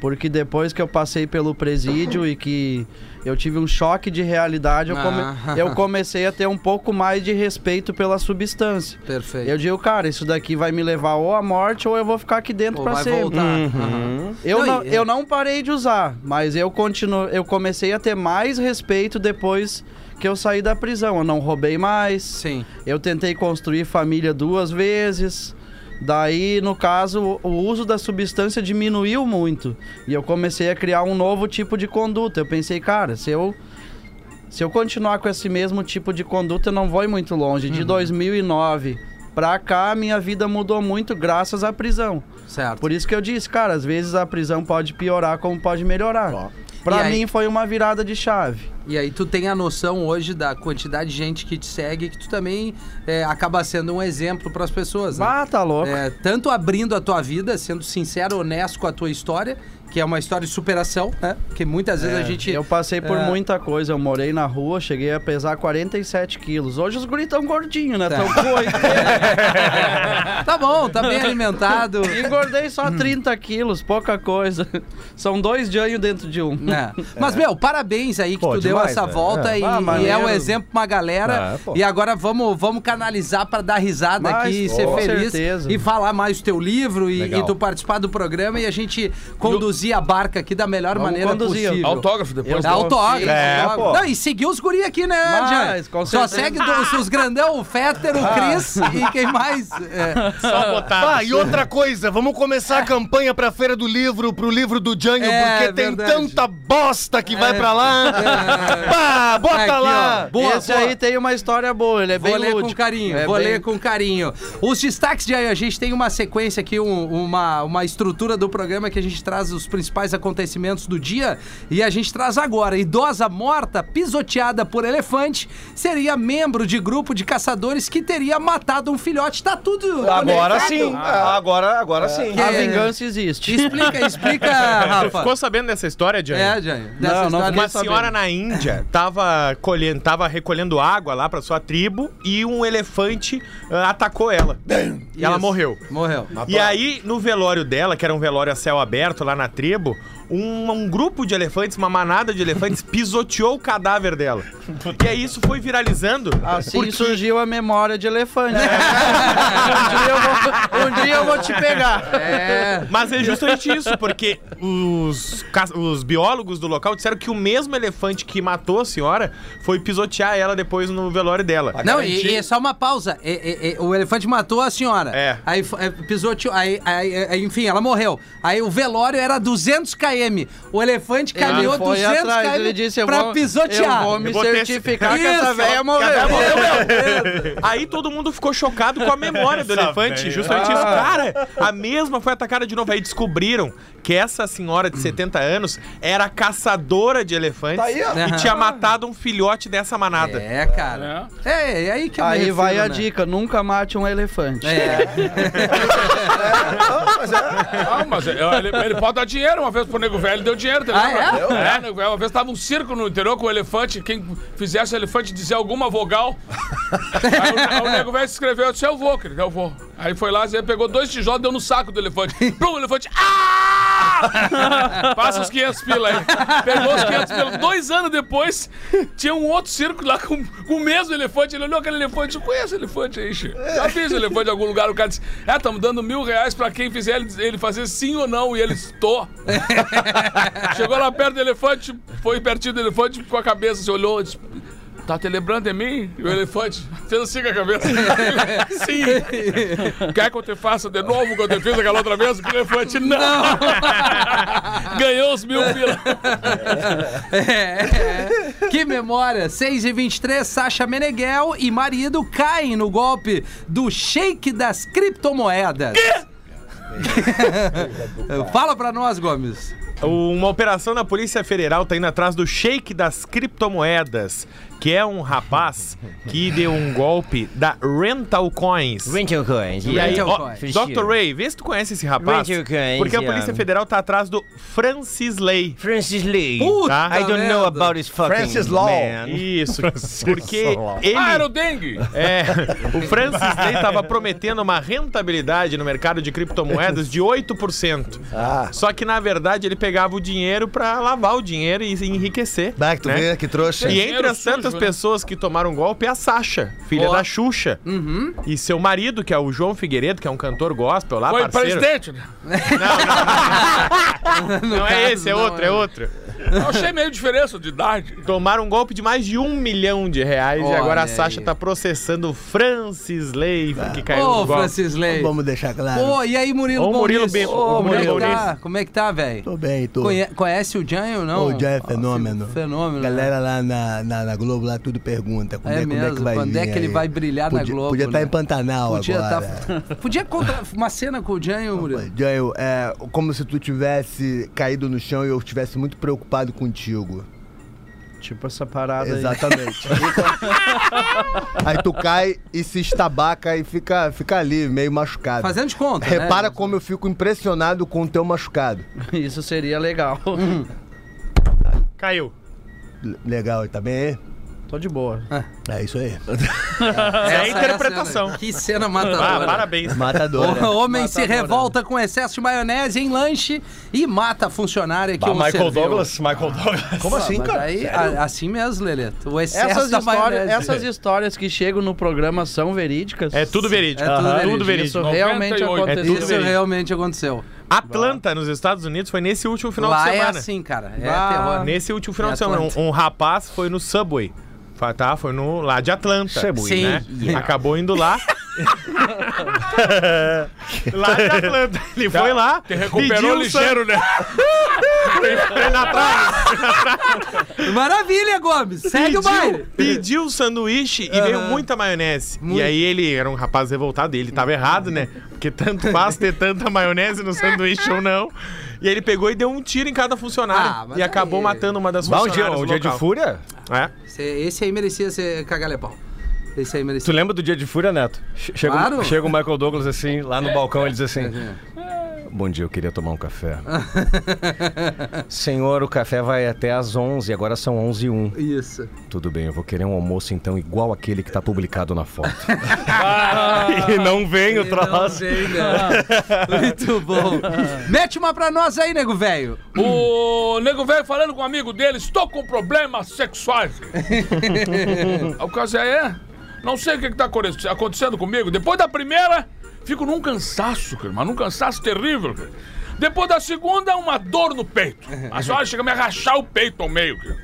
I: Porque depois que eu passei pelo presídio e que eu tive um choque de realidade, eu, come-
D: Ah.
I: eu comecei a ter um pouco mais de respeito pela substância.
D: Perfeito.
I: Eu digo, cara, isso daqui vai me levar ou à morte ou eu vou ficar aqui dentro
D: Ou
I: pra
D: vai
I: sempre. Uhum.
D: voltar. Aham.
I: Eu,
D: Não,
I: não,
D: e- é
I: eu não parei de usar, mas eu continuo, eu comecei a ter mais respeito depois que eu saí da prisão. Eu não roubei mais.
D: Sim.
I: Eu tentei construir família duas vezes. Daí, no caso, o o uso da substância diminuiu muito. E eu comecei a criar um novo tipo de conduta. Eu pensei, cara, se eu se eu continuar com esse mesmo tipo de conduta, eu não vou ir muito longe. De 2009 pra cá, minha vida mudou muito graças à prisão.
D: Certo.
I: Por isso que eu disse, cara, às vezes a prisão pode piorar como pode melhorar. Pra
D: E aí?
I: mim foi uma virada de chave.
D: E aí tu tem a noção hoje da quantidade de gente que te segue que tu também é, acaba sendo um exemplo pras pessoas. Né?
I: Ah, tá louco.
D: tanto abrindo a tua vida, sendo sincero, honesto com a tua história, que é uma história de superação, né? Porque muitas vezes
I: É,
D: a gente
I: Eu passei por
D: é,
I: muita coisa. Eu morei na rua, cheguei a pesar 47 quilos. Hoje os guris tão gordinhos, né?
D: Tá.
I: Tão com 80.
D: tá bom, tá bem alimentado.
I: Engordei só 30 quilos, pouca coisa. São dois Janho dentro de um.
D: É. Mas, meu, parabéns aí que
I: Pô,
D: tu deu
I: demais,
D: essa
I: né?
D: volta
I: É.
D: E,
I: Ah,
D: e é
I: maneiro.
D: um exemplo pra uma galera.
I: É, pô.
D: e agora vamos, vamos canalizar pra dar risada
I: Mas,
D: aqui,
I: pô,
D: ser
I: com
D: feliz
I: certeza.
D: e falar mais do teu livro e,
I: Legal.
D: e tu participar do programa e a gente conduzir a barca aqui da melhor
I: Vamos
D: maneira
I: conduzir.
D: possível.
I: Autógrafo depois,
D: É,
I: né?
D: autógrafo.
I: É,
D: autógrafo.
I: pô.
D: Não, e seguir os guri aqui, né,
I: Mas,
D: Jean?
I: com
D: Só
I: certeza. Ah.
D: segue do- os, os grandão, o Fetter, o Cris e quem mais? É.
K: Ah, e outra coisa, vamos começar a campanha pra Feira do Livro, pro livro do Janho,
D: É,
K: porque tem
D: verdade. É,
K: tanta bosta que vai pra lá. Pá, bota
D: Aqui, ó.
K: lá.
D: Boa,
I: Esse
D: boa.
I: aí tem uma história boa, ele é
D: Vou
I: bem
D: ler com
I: lúdico.
D: carinho,
I: É
D: vou
I: bem-
D: ler com carinho. Os destaques de aí, a gente tem uma sequência aqui, um- uma, uma estrutura do programa que a gente traz os principais acontecimentos do dia e a gente traz agora. Idosa morta pisoteada por elefante seria membro de grupo de caçadores que teria matado um filhote. Tá tudo
K: Agora
D: conectado.
K: sim. Ah, Agora,
D: É.
K: agora sim.
I: A vingança existe.
D: Explica, explica, Rafa.
H: Ficou sabendo dessa história, Jânio?
D: É, Jânio, dessa
H: Não, assim, não
D: história-
H: Uma
D: fiquei
H: senhora
D: sabendo.
H: na Índia tava, colhendo, tava recolhendo água lá pra sua tribo e um elefante ah, atacou ela. E ela
D: Isso.
H: morreu.
D: Morreu.
H: E aí, no velório dela, que era um velório a céu aberto lá na tribo, um, um grupo de elefantes, uma manada de elefantes, pisoteou o cadáver dela. E aí isso foi viralizando.
I: Assim surgiu a memória de elefante. um, dia eu vou, um dia eu vou te pegar.
D: É.
H: Mas é justamente isso, porque os, ca- os biólogos do local disseram que o mesmo elefante que matou a senhora foi pisotear ela depois no velório dela.
D: Não, e, e só uma pausa. E- e- e- o elefante matou a senhora. É. Aí f- é, pisoteou. Aí, aí- aí, enfim, ela morreu. Aí o velório era 200 km FM. O elefante caminhou
I: foi
D: 200
I: atrás,
D: km
I: ele disse, eu
D: pra
I: vou-
D: pisotear.
I: eu vou me
H: Eu vou ter-
I: certificar que essa
D: Isso,
I: velha morreu.
H: Aí todo mundo ficou chocado com a memória do
K: Essa
H: elefante.
K: velha. Ah.
H: Justamente isso. Cara, a mesma foi atacada de novo. Aí descobriram que essa senhora de 70 anos era caçadora de elefantes
F: Tá aí, ó.
H: e tinha matado um filhote dessa manada.
D: É, cara. É, é, aí que eu me
I: Aí
D: refiro,
I: vai a
D: né?
I: dica, nunca mate um elefante.
D: É,
E: Ah, mas é- ele, ele pode dar dinheiro. Uma vez pro Nego Velho deu dinheiro, tá ligado?
D: Ah,
E: é? Nego Velho. Uma vez tava um circo no interior com o elefante. Quem fizesse o elefante dizer alguma vogal. aí o, aí o Nego Velho se escreveu. Eu disse, eu vou, querido, eu vou. Aí foi lá, ele pegou dois tijolos, deu no saco do elefante. Plum, o elefante. Ah! Passa os 500 pila aí. Pegou os 500 pila. Dois anos depois, tinha um outro circo lá com, com o mesmo elefante. Ele olhou aquele elefante. Eu conheço elefante aí, Chico. Já fiz elefante em algum lugar. O cara disse: É, estamos dando mil reais pra quem fizer ele, ele fazer sim ou não. E ele estou. Chegou lá perto do elefante, foi pertinho do elefante com a cabeça. Você olhou e disse. Tá te lembrando de mim? E o elefante fez assim com a cabeça. Sim. Quer que eu te faça de novo o que eu te fiz aquela outra vez? O elefante, não. Ganhou os mil pila.
D: é. Que memória! 6 e 23 Sasha Meneghel e marido caem no golpe do shake das criptomoedas. Fala pra nós, Gomes.
H: Uma operação da Polícia Federal tá indo atrás do shake das criptomoedas, que é um rapaz que deu um golpe da Rental Coins.
L: Rental coins.
H: E aí,
D: Rental
H: ó,
D: Coins.
H: Dr. Ray, vê se tu conhece esse rapaz.
L: Rental Coins,
H: Porque a
L: yeah.
H: Polícia Federal tá atrás do Francis Lay.
L: Francis Lee.
D: Puta
L: I don't
D: merda.
L: know about this fucking
F: Francis Law.
L: man.
H: Isso, porque ele...
E: Ah, era o dengue.
H: É, o Francis Day estava prometendo uma rentabilidade no mercado de criptomoedas de 8%.
F: Ah.
H: Só que, na verdade, ele pegava o dinheiro para lavar o dinheiro e se enriquecer.
K: Bah, que tu
H: né?
K: vê, que trouxa.
H: E
E: Dinheiro
H: entre as
E: sujo,
H: tantas
E: né?
H: pessoas que tomaram golpe é a Sasha, filha da Xuxa.
E: Uhum.
H: E seu marido, que é o João Figueiredo, que é um cantor gospel lá,
E: Foi
H: parceiro.
E: presidente, né?
H: Não é esse, é
D: Não,
H: outro, é outro.
E: Eu achei meio diferença de idade.
H: Tomaram um golpe de mais de um milhão de reais e
D: Olha
H: agora a
D: aí.
H: Sasha tá processando o Francis Lay, que caiu
D: Ô,
H: no golpe.
D: Francis Ley.
L: Vamos deixar claro.
D: Ô, e aí, Murilo
H: Ô, Murilo Bem-
D: Ô,
H: Ô,
D: Murilo
H: Murilo
D: tá?
H: Benício.
D: Como é que tá, velho?
L: Tô bem, tô.
D: Conhe- conhece o Jan ou não?
L: Ô, o Jan é
D: Ah,
L: fenômeno.
D: Fenômeno. né?
L: Galera lá na, na, na Globo, lá tudo pergunta como
D: É
L: é, como é que
D: mesmo,
L: vai
D: quando é
L: vir
D: que ele
L: aí.
D: vai brilhar na
L: Podia-
D: Globo,
L: Podia estar
D: né?
L: em Pantanal
D: Podia
L: agora. é.
D: tá- Podia contar uma cena com o Jan e o Murilo.
L: Jael, é como se tu tivesse caído no chão e eu estivesse muito preocupado contigo.
I: Tipo essa parada
L: Exatamente. aí tu cai e se estabaca e fica, fica ali, meio machucado.
D: Fazendo de conta, né?
L: Repara como eu fico impressionado com o teu machucado.
I: aí. Isso seria legal.
H: Caiu.
L: L- legal, tá bem?
I: Tô de boa.
L: É isso aí.
H: É a
D: Essa
H: interpretação.
D: cena. Que cena
H: Ah,
D: matadora.
H: parabéns.
L: Matador.
D: O
L: né?
D: homem se
I: Matadora.
D: revolta com excesso de maionese em lanche e mata a funcionária que o serviu.
K: Michael Douglas.
D: Como assim, cara? assim mesmo, Lelê. O excesso
I: Essas
D: da
I: histórias,
D: maionese.
I: essas histórias que aham. É tudo verídico. Isso realmente aconteceu. Isso realmente aconteceu. Isso realmente aconteceu. Isso realmente
D: É tudo verídico.
H: É tudo verídico. Tudo verídico.
I: aconteceu. Isso realmente aconteceu. Isso realmente aconteceu. Isso realmente aconteceu. É tudo verídicas. Isso realmente
E: 98.
F: É
I: aconteceu.
D: Isso realmente aconteceu.
H: Atlanta, nos Estados Unidos, foi nesse último final
D: Lá
H: de
D: é
H: semana.
D: assim, cara. É
H: Ah,
D: terror.
H: Nesse último final
D: É
H: de semana,
D: Atlanta.
H: um, um rapaz foi no Subway. Fa- Tá, foi no, lá de Atlanta.
G: Subway,
D: Sim.
H: né? Acabou indo lá. lá de Atlanta. Ele foi lá.
E: Recuperou o ligeiro, né?
D: Maravilha, Gomes. Segue o baile.
H: Pediu, pediu o sanduíche e veio muita maionese. E aí ele era um rapaz revoltado e ele tava errado, né? Porque tanto faz ter tanta maionese no sanduíche ou não. E aí ele pegou e deu um tiro em cada
D: Ah,
H: funcionário.
D: mas
H: e acabou
D: aí-
H: matando uma das
K: Bah, um
H: funcionárias.
K: dia, um
H: do
K: dia de
H: local.
K: fúria?
H: É.
D: Esse, esse aí merecia ser cagalepau. Esse aí
K: Tu
D: merecia.
K: lembra do dia de fúria, Neto? Che- Chega, o-
D: Claro. É.
K: chega o Michael Douglas assim, lá no balcão, ele diz assim: Bom dia, eu queria tomar um café. Senhor, o café vai até às 11, agora são 11 e 1.
D: Isso.
K: Tudo bem, eu vou querer um almoço então igual aquele que tá publicado na foto. e não vem o troço.
D: Muito bom. Mete uma pra nós aí, nego velho.
E: O nego velho falando com um amigo dele, estou com problemas sexuais. Aí o cara disse, é? Não sei o que está acontecendo comigo. Depois da primeira, fico num cansaço, cara, mas num cansaço terrível. Cara. Depois da segunda, uma dor no peito. A senhora chega a me rachar o peito ao meio. Cara.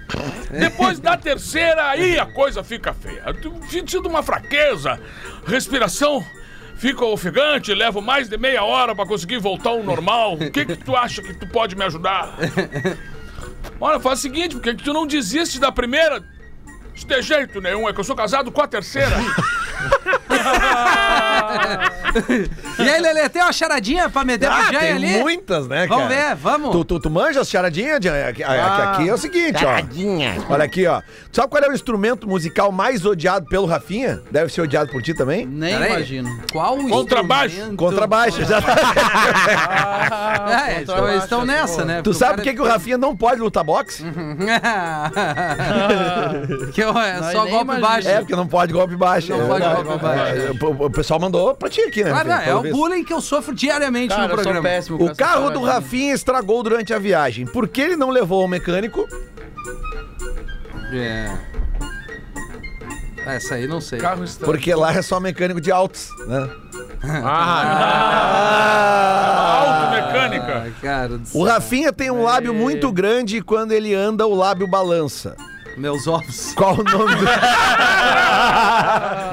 E: É. Depois da terceira, aí a coisa fica feia. Eu tenho sentido uma fraqueza, respiração fica ofegante, levo mais de meia hora pra conseguir voltar ao normal. O que que tu acha que tu pode me ajudar? Olha, faz o seguinte, por que que tu não desiste da primeira? De ter jeito nenhum, é que eu sou casado com a terceira.
D: E aí, Lelê, tem uma charadinha pra meter
F: Ah,
D: pro Jânio
F: tem
D: ali?
F: muitas, né,
D: Vamos
F: cara?
D: ver, vamos.
F: Tu, tu, tu manja as charadinhas, Jean? Aqui,
D: Ah,
F: aqui é o seguinte,
D: charadinha.
F: ó. Olha aqui, ó. Tu sabe qual é o instrumento musical mais odiado pelo Rafinha? Deve ser odiado por ti também?
I: Nem
D: Peraí.
I: imagino.
D: Qual o
F: Contrabaixo.
D: instrumento?
F: Contrabaixo, já Ah,
D: É, eles tão- eles estão nessa, né?
F: Tu
D: Porque o
F: sabe
D: cara-
F: por que, que o Rafinha não pode lutar boxe?
D: que eu- é
I: Nós
D: só
I: nem
D: golpe
I: imaginamos.
D: baixo.
F: É, porque não pode golpe baixo.
D: Não
F: é
D: pode
F: verdade.
D: golpe baixo,
F: É, o- O pessoal mandou pra ti aqui, né?
D: Cara, é
F: pelo
D: o
F: visto.
D: bullying que eu sofro diariamente
I: Cara,
D: no
I: eu sou
D: programa.
I: péssimo com
F: O
I: essa
F: carro do
I: paradinha.
F: Rafinha estragou durante a viagem. Por que ele não levou ao mecânico?
D: É. Essa aí não sei.
E: Carro estranho.
F: Porque lá é só mecânico de autos, né?
E: Automecânica.
D: Ah, cara, do
F: O
D: céu.
F: Rafinha tem um lábio muito grande e quando ele anda, o lábio balança.
D: meus ovos.
F: Qual o nome do...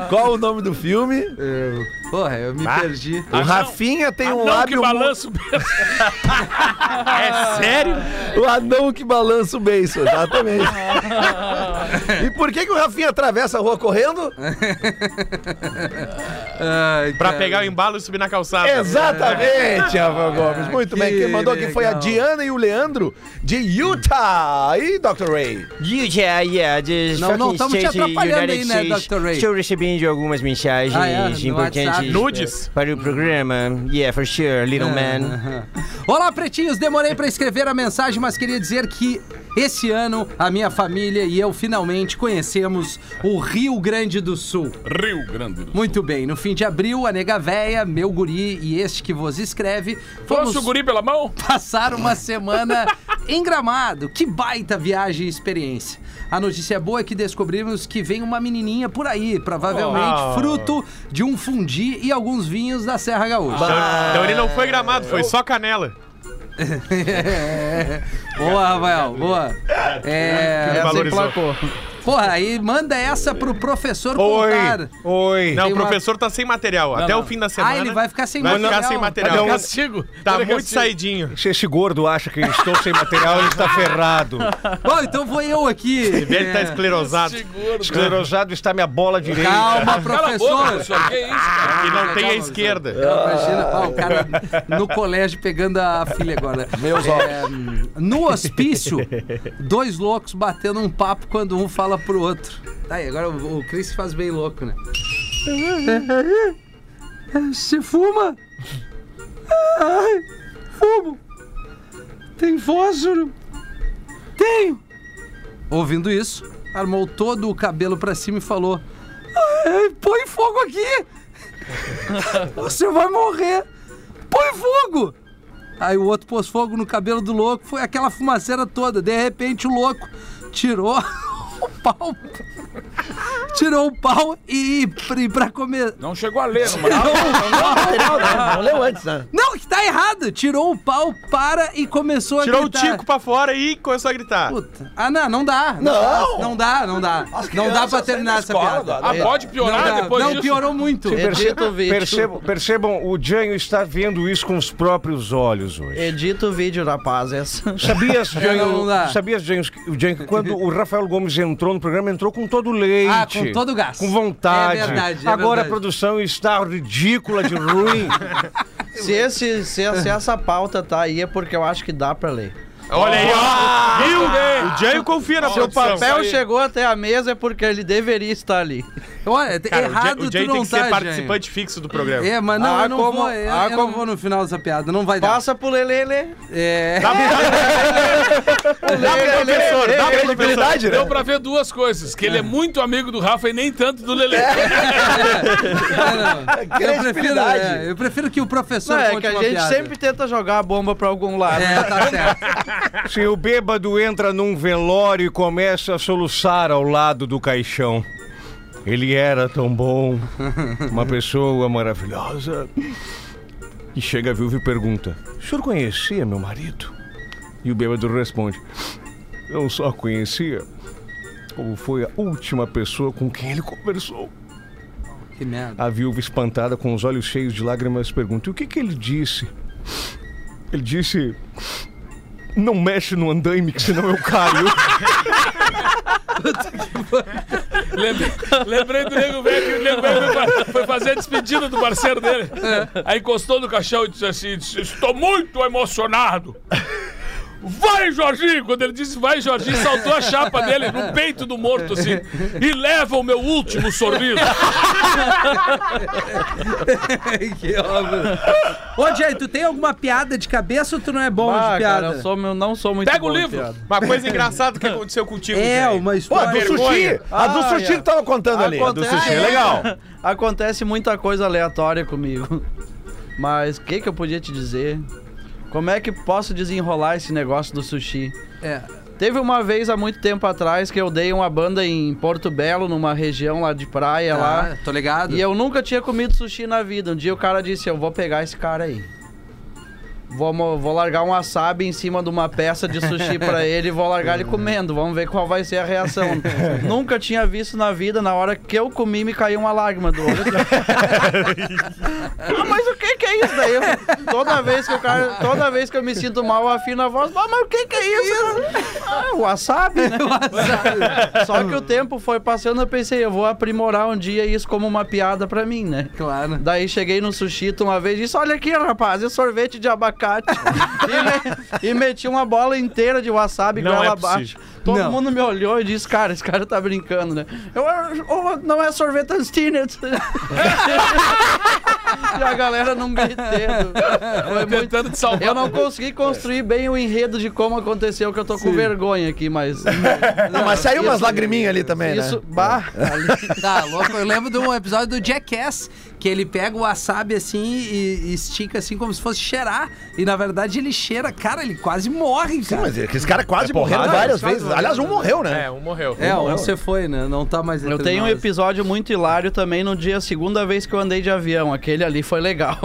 F: Qual o nome do filme?
D: Eu- Porra, eu
M: Ah,
D: me perdi. Ah,
F: O Rafinha tem um
E: Não que
F: lábio... mu-
E: balanço
H: É sério?
F: O anão que balança o beiço, exatamente.
D: É.
F: e por que, que o Rafinha atravessa a rua correndo?
D: Ai,
H: Pra
D: cara.
H: pegar o embalo e subir na calçada.
F: Exatamente, Rafael Gomes. Muito bem.
D: É. que
F: Quem mandou aqui foi a
D: legal.
F: Diana e o Leandro de Utah. E Dr. Ray?
M: Yeah, yeah, just
D: Não, não,
M: fucking
D: tamo te
M: state of
D: atrapalhando aí,
M: United
D: né,
M: States.
D: Dr. Ray?
M: Estou recebendo algumas mensagens
D: Ah, é, no WhatsApp.
M: importantes
H: Nudes?
M: para o programa. Yeah, for sure, little man.
D: Olá, pretinhos! Demorei pra escrever a mensagem, mas queria dizer que esse ano a minha família e eu finalmente conhecemos o Rio Grande do Sul.
E: Rio Grande do Sul.
D: Muito bem, no fim de abril, a nega véia, meu guri e este que vos escreve, fomos
E: Trouxe o guri pela mão?
D: passar uma semana em Gramado. Que baita viagem e experiência. A notícia boa é que descobrimos que vem uma menininha por aí, provavelmente
H: Oh.
D: fruto de um fundi e alguns vinhos da Serra Gaúcha.
H: Então, então ele não foi gramado, foi só canela.
D: Boa, Rafael, boa. É.
I: Essa
H: valorizou.
I: emplacou.
D: Porra, aí manda essa pro professor
G: Oi,
D: contar.
G: oi.
H: Não,
D: Tem
H: o
D: uma-
H: professor tá sem material. Até
E: não.
H: o fim da semana.
D: Ah, ele vai ficar sem
H: vai
D: material.
H: ficar sem material.
G: Cadê um-
H: Castigo. Tá
E: Cadê
H: muito
E: castigo?
H: saidinho.
G: Se esse gordo acha que eu estou sem material, ele
K: tá
G: está ferrado.
D: Bom, então vou eu aqui.
H: Ele tá esclerosado.
G: Esclerosado está minha bola direita.
D: Calma,
E: Cala a
D: professor.
E: boca, professor. Que isso, cara?
H: E não
D: Ah,
H: tem a
D: calma,
H: esquerda.
D: Imagina, pá, o cara no colégio pegando a filha agora. Meus olhos. No hospício, dois loucos batendo um papo quando um fala pro outro. Tá aí, agora o, o Chris faz bem louco, né? Você fuma? Ai, fumo. Tem fósforo? Tenho. Ouvindo isso, armou todo o cabelo pra cima e falou: "Ai, Põe fogo aqui! Você vai morrer! Põe fogo! Aí o outro pôs fogo no cabelo do louco, foi aquela fumaceira toda. De repente o louco tirou o pau. Tirou o pau e, e pra comer.
E: Não chegou a ler, mano.
I: Ah,
F: Não leu antes, né?
D: Não, que tá errado! Tirou o pau, para e começou
H: Tirou
D: a
H: o
D: gritar.
H: tico pra fora e começou a gritar.
D: Puta. Ah, não, não dá. Não,
F: Não!
D: dá, não dá, não dá. Não dá
F: crianças
D: pra
F: saem
D: terminar
F: da
D: essa
F: escola,
D: piada.
E: Ah, pode
D: não,
E: piorar
D: dá.
E: depois
D: não
E: disso?
D: piorou muito.
I: Edito vídeo.
G: Percebam, percebam, o Jânio está vendo isso com os próprios olhos hoje.
I: Edito vídeo, rapazes.
G: Sabias,
D: não
G: Jânio,
D: dá.
G: sabias Jânio, que- Jânio, que quando o Rafael Gomes entrou no programa, entrou com todo leite.
D: Ah, com todo gás.
G: Com vontade.
D: É verdade, é
G: Agora
D: verdade.
G: a produção está ridícula de ruim.
I: Se, esse, se, se essa pauta tá aí, é porque eu acho que dá pra ler.
H: Olha aí, ó. Viu? O Jânio confia na
I: Seu
H: produção.
I: papel chegou até a mesa é porque ele deveria estar ali.
D: Olha, é
H: Cara, o Jânio-
D: errado
H: o Jânio
D: tu
H: tem
D: não
H: que
D: tá,
H: ser
D: Jânio.
H: participante fixo do programa.
D: É, mas não,
I: Ah,
D: eu não
I: como-
D: vou, eu,
I: ah,
D: eu não
I: como-
D: vou no final dessa piada, não vai dar.
I: Passa pro Lelele.
D: É.
H: Dá pra professor, dá pra professor.
F: Credibilidade, né?
E: Deu pra ver duas coisas: que ele é muito amigo do Rafa e nem tanto do Lelê.
I: É.
D: Não, não. Eu prefiro,
F: Credibilidade.
D: é, eu prefiro que o professor
I: Não, é
D: conte
I: que a
D: uma
I: gente
D: piada.
I: sempre tenta jogar a bomba pra algum lado.
D: É, tá certo.
G: Se o bêbado entra num velório e começa a soluçar ao lado do caixão. Ele era tão bom, uma pessoa maravilhosa. E chega a viúva e pergunta: O senhor conhecia meu marido? E o bêbado responde: Não só conhecia, como foi a última pessoa com quem ele conversou.
D: Que merda.
G: A viúva, espantada, com os olhos cheios de lágrimas, pergunta: "E o que, que ele disse? Ele disse: Não mexe no andaime, que senão eu caio.
E: Lembrei, lembrei do nego velho que o nego velho foi fa- foi fazer a despedida do parceiro dele.
I: É.
E: Aí encostou no caixão e disse assim: disse, Estou muito emocionado. Vai, Jorginho! Quando ele disse vai, Jorginho, saltou a chapa dele no peito do morto, assim, e leva o meu último sorriso.
D: que obra. Ô, Jay, tu tem alguma piada de cabeça ou tu não é bom
I: Ah,
D: de
I: cara,
D: piada?
I: eu sou- eu não sou muito
D: Pega
I: bom
D: o
I: de
D: livro.
I: piada.
H: Uma coisa engraçada que aconteceu contigo.
I: É,
H: Jair.
I: uma
H: Pô, a do sushi.
F: A do sushi que tava contando ali. A do sushi,
I: é.
F: legal.
I: Acontece muita coisa aleatória comigo. Mas o que, que eu podia te dizer? Como é que posso desenrolar esse negócio do sushi?
D: É.
I: Teve uma vez há muito tempo atrás que eu dei uma banda em Porto Belo, numa região lá de praia
D: Ah,
I: lá.
D: tô ligado.
I: E eu nunca tinha comido sushi na vida. Um dia o cara disse: "Eu vou pegar esse cara aí. Vou, mo- vou largar um wasabi em cima de uma peça de sushi pra ele e vou largar ele comendo. Vamos ver qual vai ser a reação. Nunca tinha visto na vida, na hora que eu comi, me caiu uma lágrima do olho. Ah, mas o que que é isso daí? Eu- toda vez que o cara, toda vez que eu me sinto mal, eu afino a voz. Ah, mas o que que é isso? Ah, wasabi, né? Só que o tempo foi passando, eu pensei, eu vou aprimorar um dia isso como uma piada pra mim, né?
D: Claro.
I: Daí cheguei no sushi tu uma vez e disse, olha aqui, rapaz, é sorvete de abacate. e, me- e meti uma bola inteira de wasabi
H: Não
I: goela
H: é
I: abaixo.
H: possível.
I: Todo
H: Não.
I: mundo me olhou e disse, cara, esse cara tá brincando, né? Eu, "Oh, não é sorvete Stinets. E a galera não gritando. Foi
E: Tentando te salvar.
I: Eu não consegui construir bem o enredo de como aconteceu, que eu tô com vergonha aqui, mas.
F: Não, mas saiu umas lagriminhas ali também, né?
I: Isso, bah,
D: Tá louco. Eu lembro de um episódio do Jackass que ele pega o wasabi assim e, e estica assim como se fosse cheirar. E na verdade ele cheira. Cara, ele quase morre, cara.
F: mas é que esse cara quase morreu várias vezes. Aliás, um morreu, né?
H: É, um morreu.
D: É, um você foi, né? Não tá mais
I: Eu
D: entre
I: tenho um
D: nós.
I: episódio muito hilário também no dia, segunda vez que eu andei de avião. Aquele ali foi legal.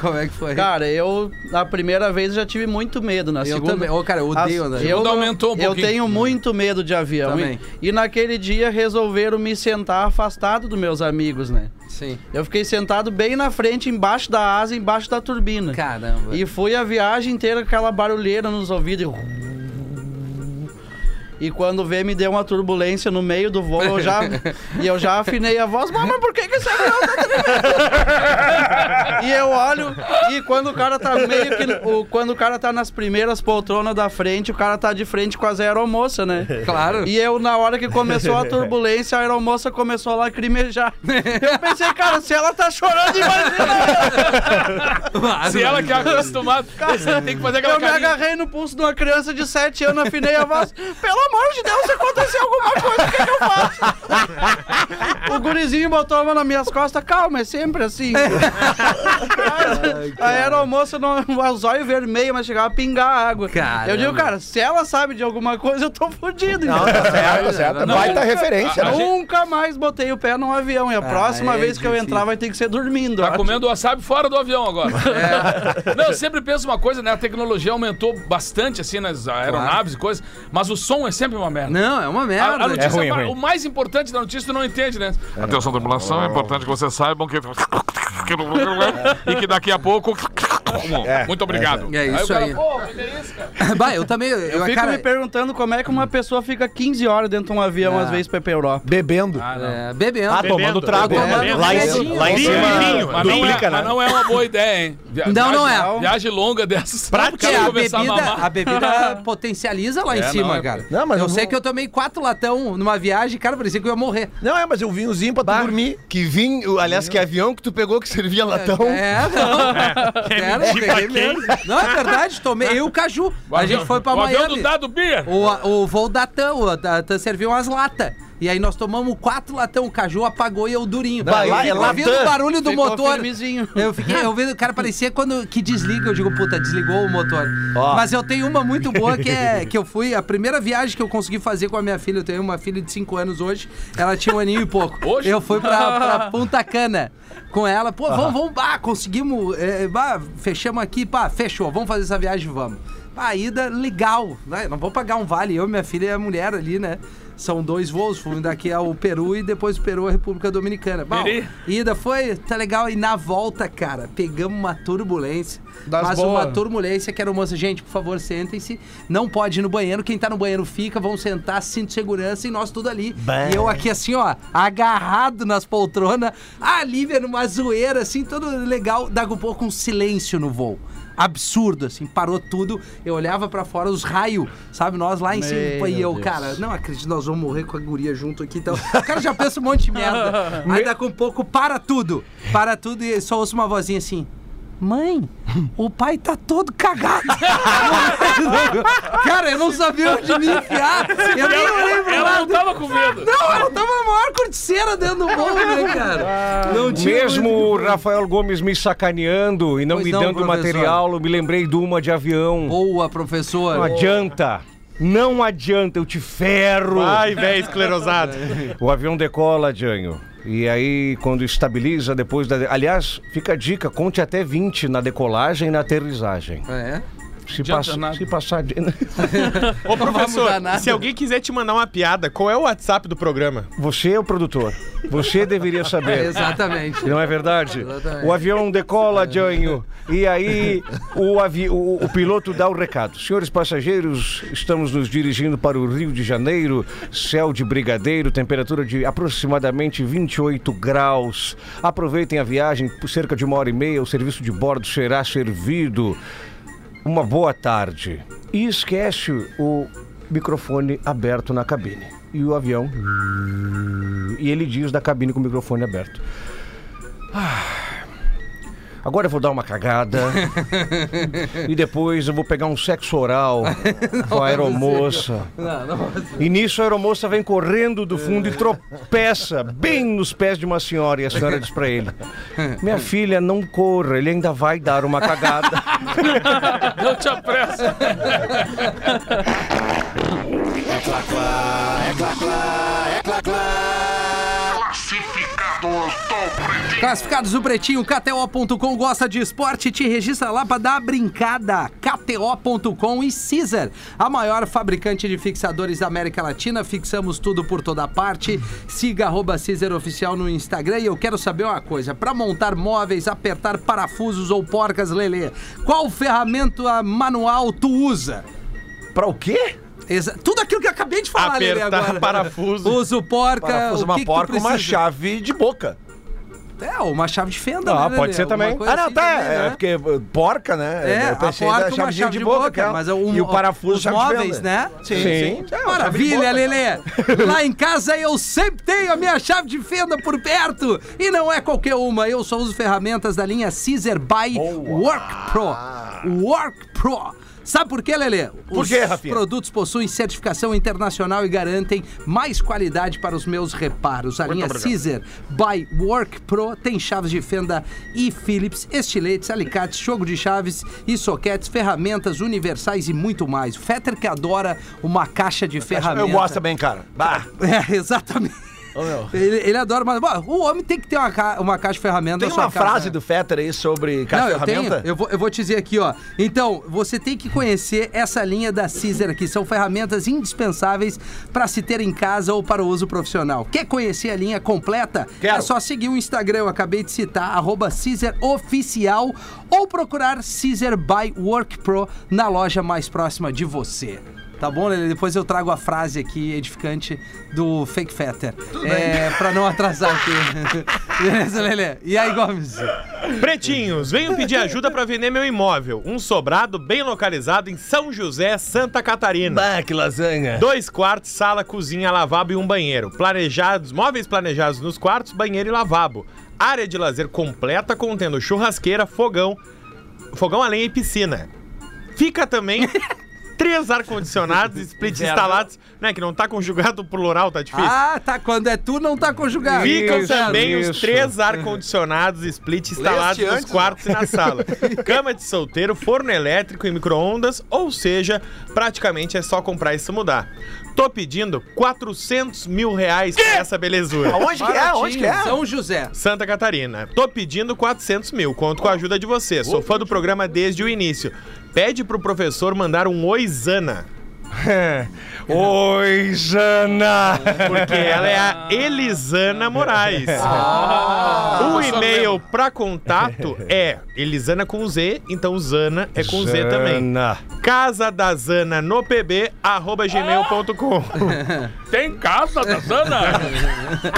D: Como é que foi?
I: Cara, eu, na primeira vez, já tive muito medo. Na
D: Eu
I: segunda.
D: também. Ô, cara, eu odeio andar de
I: eu,
D: avião.
I: não-
D: Aumentou um
I: Eu
D: pouquinho.
I: tenho muito medo de avião.
D: Também.
I: E, e naquele dia resolveram me sentar afastado dos meus amigos, né?
D: Sim.
I: Eu fiquei sentado bem na frente, embaixo da asa, embaixo da turbina.
D: Caramba.
I: E foi a viagem inteira com aquela barulheira nos ouvidos. e- E quando veio, me deu uma turbulência no meio do voo. Eu já, e eu já afinei a voz. Mas, mas por que, que esse avião tá tremendo? E eu olho, e quando o cara tá meio que. O, quando o cara tá nas primeiras poltronas da frente, o cara tá de frente com as aeromoças, né?
D: Claro.
I: E eu, na hora que começou a turbulência, a aeromoça começou a lacrimejar. Eu pensei, cara, se ela tá chorando, imagina!
E: Se ela que é acostumada, você tem que fazer aquela
I: eu me
E: carinha.
I: agarrei no pulso de uma criança de 7 anos, afinei a voz. Pelo amor de Deus, se acontecer alguma coisa, o que, que eu faço? o gurizinho botou a mão nas minhas costas. Calma, é sempre assim. a aeromoça, não, os olhos vermelhos, mas chegava a pingar água. Eu digo, cara, se ela sabe de alguma coisa, eu tô fudido. então.
F: Não, tá certo, tá certo. Baita referência, né?
I: Nunca mais botei o pé num avião. E a próxima
D: é
I: vez que eu
D: difícil.
I: entrar vai ter que ser dormindo. eu
E: Tá
I: acho.
E: comendo wasabi fora do avião agora.
D: É.
E: Não, eu sempre penso uma coisa, né? A tecnologia aumentou bastante, assim, nas aeronaves e coisas, mas o som é sempre uma merda.
D: Não, é uma merda.
E: A, a notícia,
D: É ruim,
E: pa-
D: ruim.
E: O mais importante da notícia tu não entende, né?
N: Atenção, tripulação, é importante que vocês saibam que. né? e que daqui a pouco.
E: Muito obrigado.
D: É,
E: aí o
D: isso
E: cara,
D: aí.
E: pô, que que é isso, cara?
D: bah, eu também. Eu,
I: Eu fico
D: cara,
I: me perguntando como é que uma pessoa fica 15 horas dentro de um avião,
D: Ah.
I: às vezes, pra ir pra Europa.
F: Bebendo.
D: é, bebendo.
L: Ah, tomando trago.
D: Tomando
L: Bebendo. Lá em-
D: regadinho.
L: lá em
E: Vinho,
L: cima
E: vinho, mas, não
L: duplica,
E: é,
L: né?
E: mas não é uma boa ideia, hein? Via-
D: Não, não
E: viagem-
D: é.
E: Viagem longa dessas.
D: Porque a bebida, a bebida potencializa lá
E: É,
D: em cima,
E: não, é-
D: cara.
F: Não, mas
D: eu
F: eu
D: sei
F: vou-
D: que eu tomei quatro latão numa viagem, cara, parecia que eu ia morrer.
F: Não, é, mas eu vi um vinhozinho pra tu dormir.
K: Que vinho, aliás, que avião que tu pegou que servia
F: Então?
K: latão.
D: É, não. Cara,
L: É.
D: eu peguei mesmo. Não, é verdade, tomei. Eu e o Caju. A gente foi pra
E: o avião
D: Miami.
E: do dado Bia.
D: O, o voo da TAM, o da TAM serviu umas latas. E aí nós tomamos quatro latão, o Caju apagou e eu durinho.
F: Bah,
D: eu
F: lá-
D: fico
F: é
D: ouvindo
F: Latam.
D: o barulho do
I: Ficou
D: motor.
I: firmezinho.
D: Eu fiquei ouvindo, cara, parecia quando que desliga, eu digo, puta, desligou o motor.
F: Ó.
D: Mas eu tenho uma muito boa que é que eu fui, a primeira viagem que eu consegui fazer com a minha filha, eu tenho uma filha de 5 anos hoje, ela tinha um aninho e pouco.
E: Hoje?
D: Eu fui pra, pra Punta Cana com ela, pô, vamos, vamos, bah, conseguimos, é, bah, fechamos aqui, pá, fechou, vamos fazer essa viagem, vamos. Pá, ida legal, né? não vou pagar um vale, eu, minha filha e a mulher ali, né? São dois voos, fui daqui ao Peru e depois do Peru à República Dominicana. Bom,
E: Peri.
D: ida foi, tá legal. E na volta, cara, pegamos uma turbulência.
I: Das
D: mas
I: boas.
D: uma turbulência que era moça, gente, por favor, sentem-se. Não pode ir no banheiro. Quem tá no banheiro fica, vão sentar, cinto de segurança e nós tudo ali.
I: Bah.
D: E eu aqui assim, ó, agarrado nas poltronas. A Lívia numa zoeira, assim, todo legal. Daqui um pouco um silêncio no voo. Absurdo, assim, parou tudo. Eu olhava pra fora os raios, sabe? Nós lá em cima.
I: Meu
D: E eu,
I: Deus.
D: cara, não acredito, nós vamos morrer com a guria junto aqui. Então, o cara já pensa um monte de merda. Aí daqui um pouco para tudo. Para tudo e só ouço uma vozinha assim. Mãe, o pai tá todo cagado. Cara, eu não sabia onde me enfiar. Eu nem
E: Ela-
D: olhei pro
E: ela não
D: lado.
E: tava com medo.
D: Não, ela tava na maior corticeira dentro do bolo, né, cara? Não tinha
G: Mesmo
D: muito-
G: o Rafael Gomes me sacaneando e não
D: Pois
G: me
D: não,
G: dando
D: professor.
G: material, eu me lembrei de uma de avião.
D: Boa, professor.
G: Não adianta. Não adianta, eu te ferro.
H: Vai, véi, esclerosado.
G: o avião decola, Janho. E aí, quando estabiliza depois da. Aliás, fica a dica: conte até 20 na decolagem e na aterrissagem.
D: É.
G: Se,
H: Adianta
G: passa-
H: nada.
G: se passar. de-
D: vai
H: Ô, professor,
D: mudar nada.
H: se alguém quiser te mandar uma piada, qual é o WhatsApp do programa?
G: Você é o produtor. Você deveria saber.
D: Exatamente.
G: Não é verdade?
D: Exatamente.
G: O avião decola, Janho, e aí o, avi- o- o piloto dá o recado. Senhores passageiros, estamos nos dirigindo para o Rio de Janeiro, céu de brigadeiro, temperatura de aproximadamente 28 graus. Aproveitem a viagem, por cerca de uma hora e meia, o serviço de bordo será servido. Uma boa tarde. E esquece o microfone aberto na cabine. E o avião. E ele diz da cabine com o microfone aberto. Agora eu vou dar uma cagada. e depois eu vou pegar um sexo oral com a aeromoça.
D: é Não, não é possível. É.
G: E nisso a aeromoça vem correndo do fundo e tropeça bem nos pés de uma senhora. E a senhora diz pra ele: Minha filha, não corra, ele ainda vai dar uma cagada.
E: Não te apressa.
D: Classificados do Pretinho, KTO.com gosta de esporte, te registra lá pra dar a brincada. KTO.com e Caesar, a maior fabricante de fixadores da América Latina. Fixamos tudo por toda parte. Siga arroba Caesar Oficial no Instagram. E eu quero saber uma coisa: pra montar móveis, apertar parafusos ou porcas, Lelê, qual ferramenta manual tu usa?
G: Pra o quê?
D: Tudo aquilo que eu acabei de falar, Lelê,
H: Apertar
D: agora.
H: parafuso.
D: Uso porca,
L: Parafuso,
D: o
L: uma
D: que que tu
L: porca, uma
D: precisa?
L: chave de boca.
D: É, uma chave de fenda,
L: Ah,
D: né,
L: pode
D: Lelê?
L: ser também.
D: Alguma coisa
L: Ah, não,
D: assim
L: tá.
D: também, né?
L: É porque eh, porca, né?
D: É,
L: Eu
D: a
L: pensei
D: porca,
L: da
D: uma
L: chavezinha
D: chave de boca,
L: aquela.
D: mas o-
L: E o
D: o-
L: parafuso,
D: os
L: chave de
D: móveis,
L: venda.
D: né?
L: Sim,
D: Sim.
L: sim. É, uma chave de
D: Maravilha,
L: boca,
D: Lelê! Lá em casa eu sempre tenho a minha chave de fenda por perto e não é qualquer uma. Eu só uso ferramentas da linha Caesar by Work Pro. Work Pro. Sabe por quê, Lelê?
L: Por
D: Os
L: quê, Rafinha?
D: produtos possuem certificação internacional e garantem mais qualidade para os meus reparos. A linha
L: obrigado.
D: Caesar by Work Pro tem chaves de fenda e Phillips, estiletes, alicates, jogo de chaves e soquetes, ferramentas universais e muito mais. O Fetter que adora uma caixa de ferramentas.
L: Eu gosto também, cara. Bah.
D: É, exatamente. Ele, ele adora, mas bom, o homem tem que ter uma, ca- uma caixa de ferramentas.
L: Tem
D: na sua
L: uma
D: casa,
L: frase
D: né?
L: do Fetter aí sobre caixa
D: Não,
L: de
D: eu
L: ferramenta?
D: tenho. Eu vou, eu vou te dizer aqui, ó. Então, você tem que conhecer essa linha da Caesar, que são ferramentas indispensáveis para se ter em casa ou para o uso profissional. Quer conhecer a linha completa? É só seguir o Instagram, eu acabei de citar, arroba Caesar Oficial, ou procurar Caesar by Work Pro na loja mais próxima de você. Tá bom, Lelê? Depois eu trago a frase aqui edificante do Fake Fetter. É, pra não atrasar aqui. Beleza, Lelê? E aí, Gomes?
H: Pretinhos, venho pedir ajuda pra vender meu imóvel. Um sobrado bem localizado em São José, Santa Catarina.
K: Bah, que lasanha.
H: Dois quartos, sala, cozinha, lavabo e um banheiro. Planejados, móveis planejados nos quartos, banheiro e lavabo. Área de lazer completa contendo churrasqueira, fogão, fogão a lenha e piscina. Fica também três ar-condicionados e splits
D: Zero.
H: instalados, né? Que não tá conjugado plural, tá difícil.
D: Ah, tá. Quando é tu, não tá conjugado.
H: Ficam também os
D: os
H: três ar-condicionados e split instalados nos
D: antes,
H: quartos e na sala. Cama de solteiro, forno elétrico e micro-ondas, ou seja, praticamente é só comprar e se mudar. Tô pedindo 400 mil reais pra essa belezura.
L: Aonde que é? Onde que é?
D: São José.
H: Santa Catarina. Tô pedindo 400 mil, conto com a ajuda de você. Sou fã do programa desde o início. Pede pro professor mandar um oizana.
G: Oi, Jana!
H: Porque ela é a Elisana Moraes.
G: Ah.
H: o e-mail pra contato é Elisana com Z, então Zana é com Z também.
G: Jana.
H: Casa da Zana no pb, arroba gmail.com.
E: Tem casa tá, da Zana?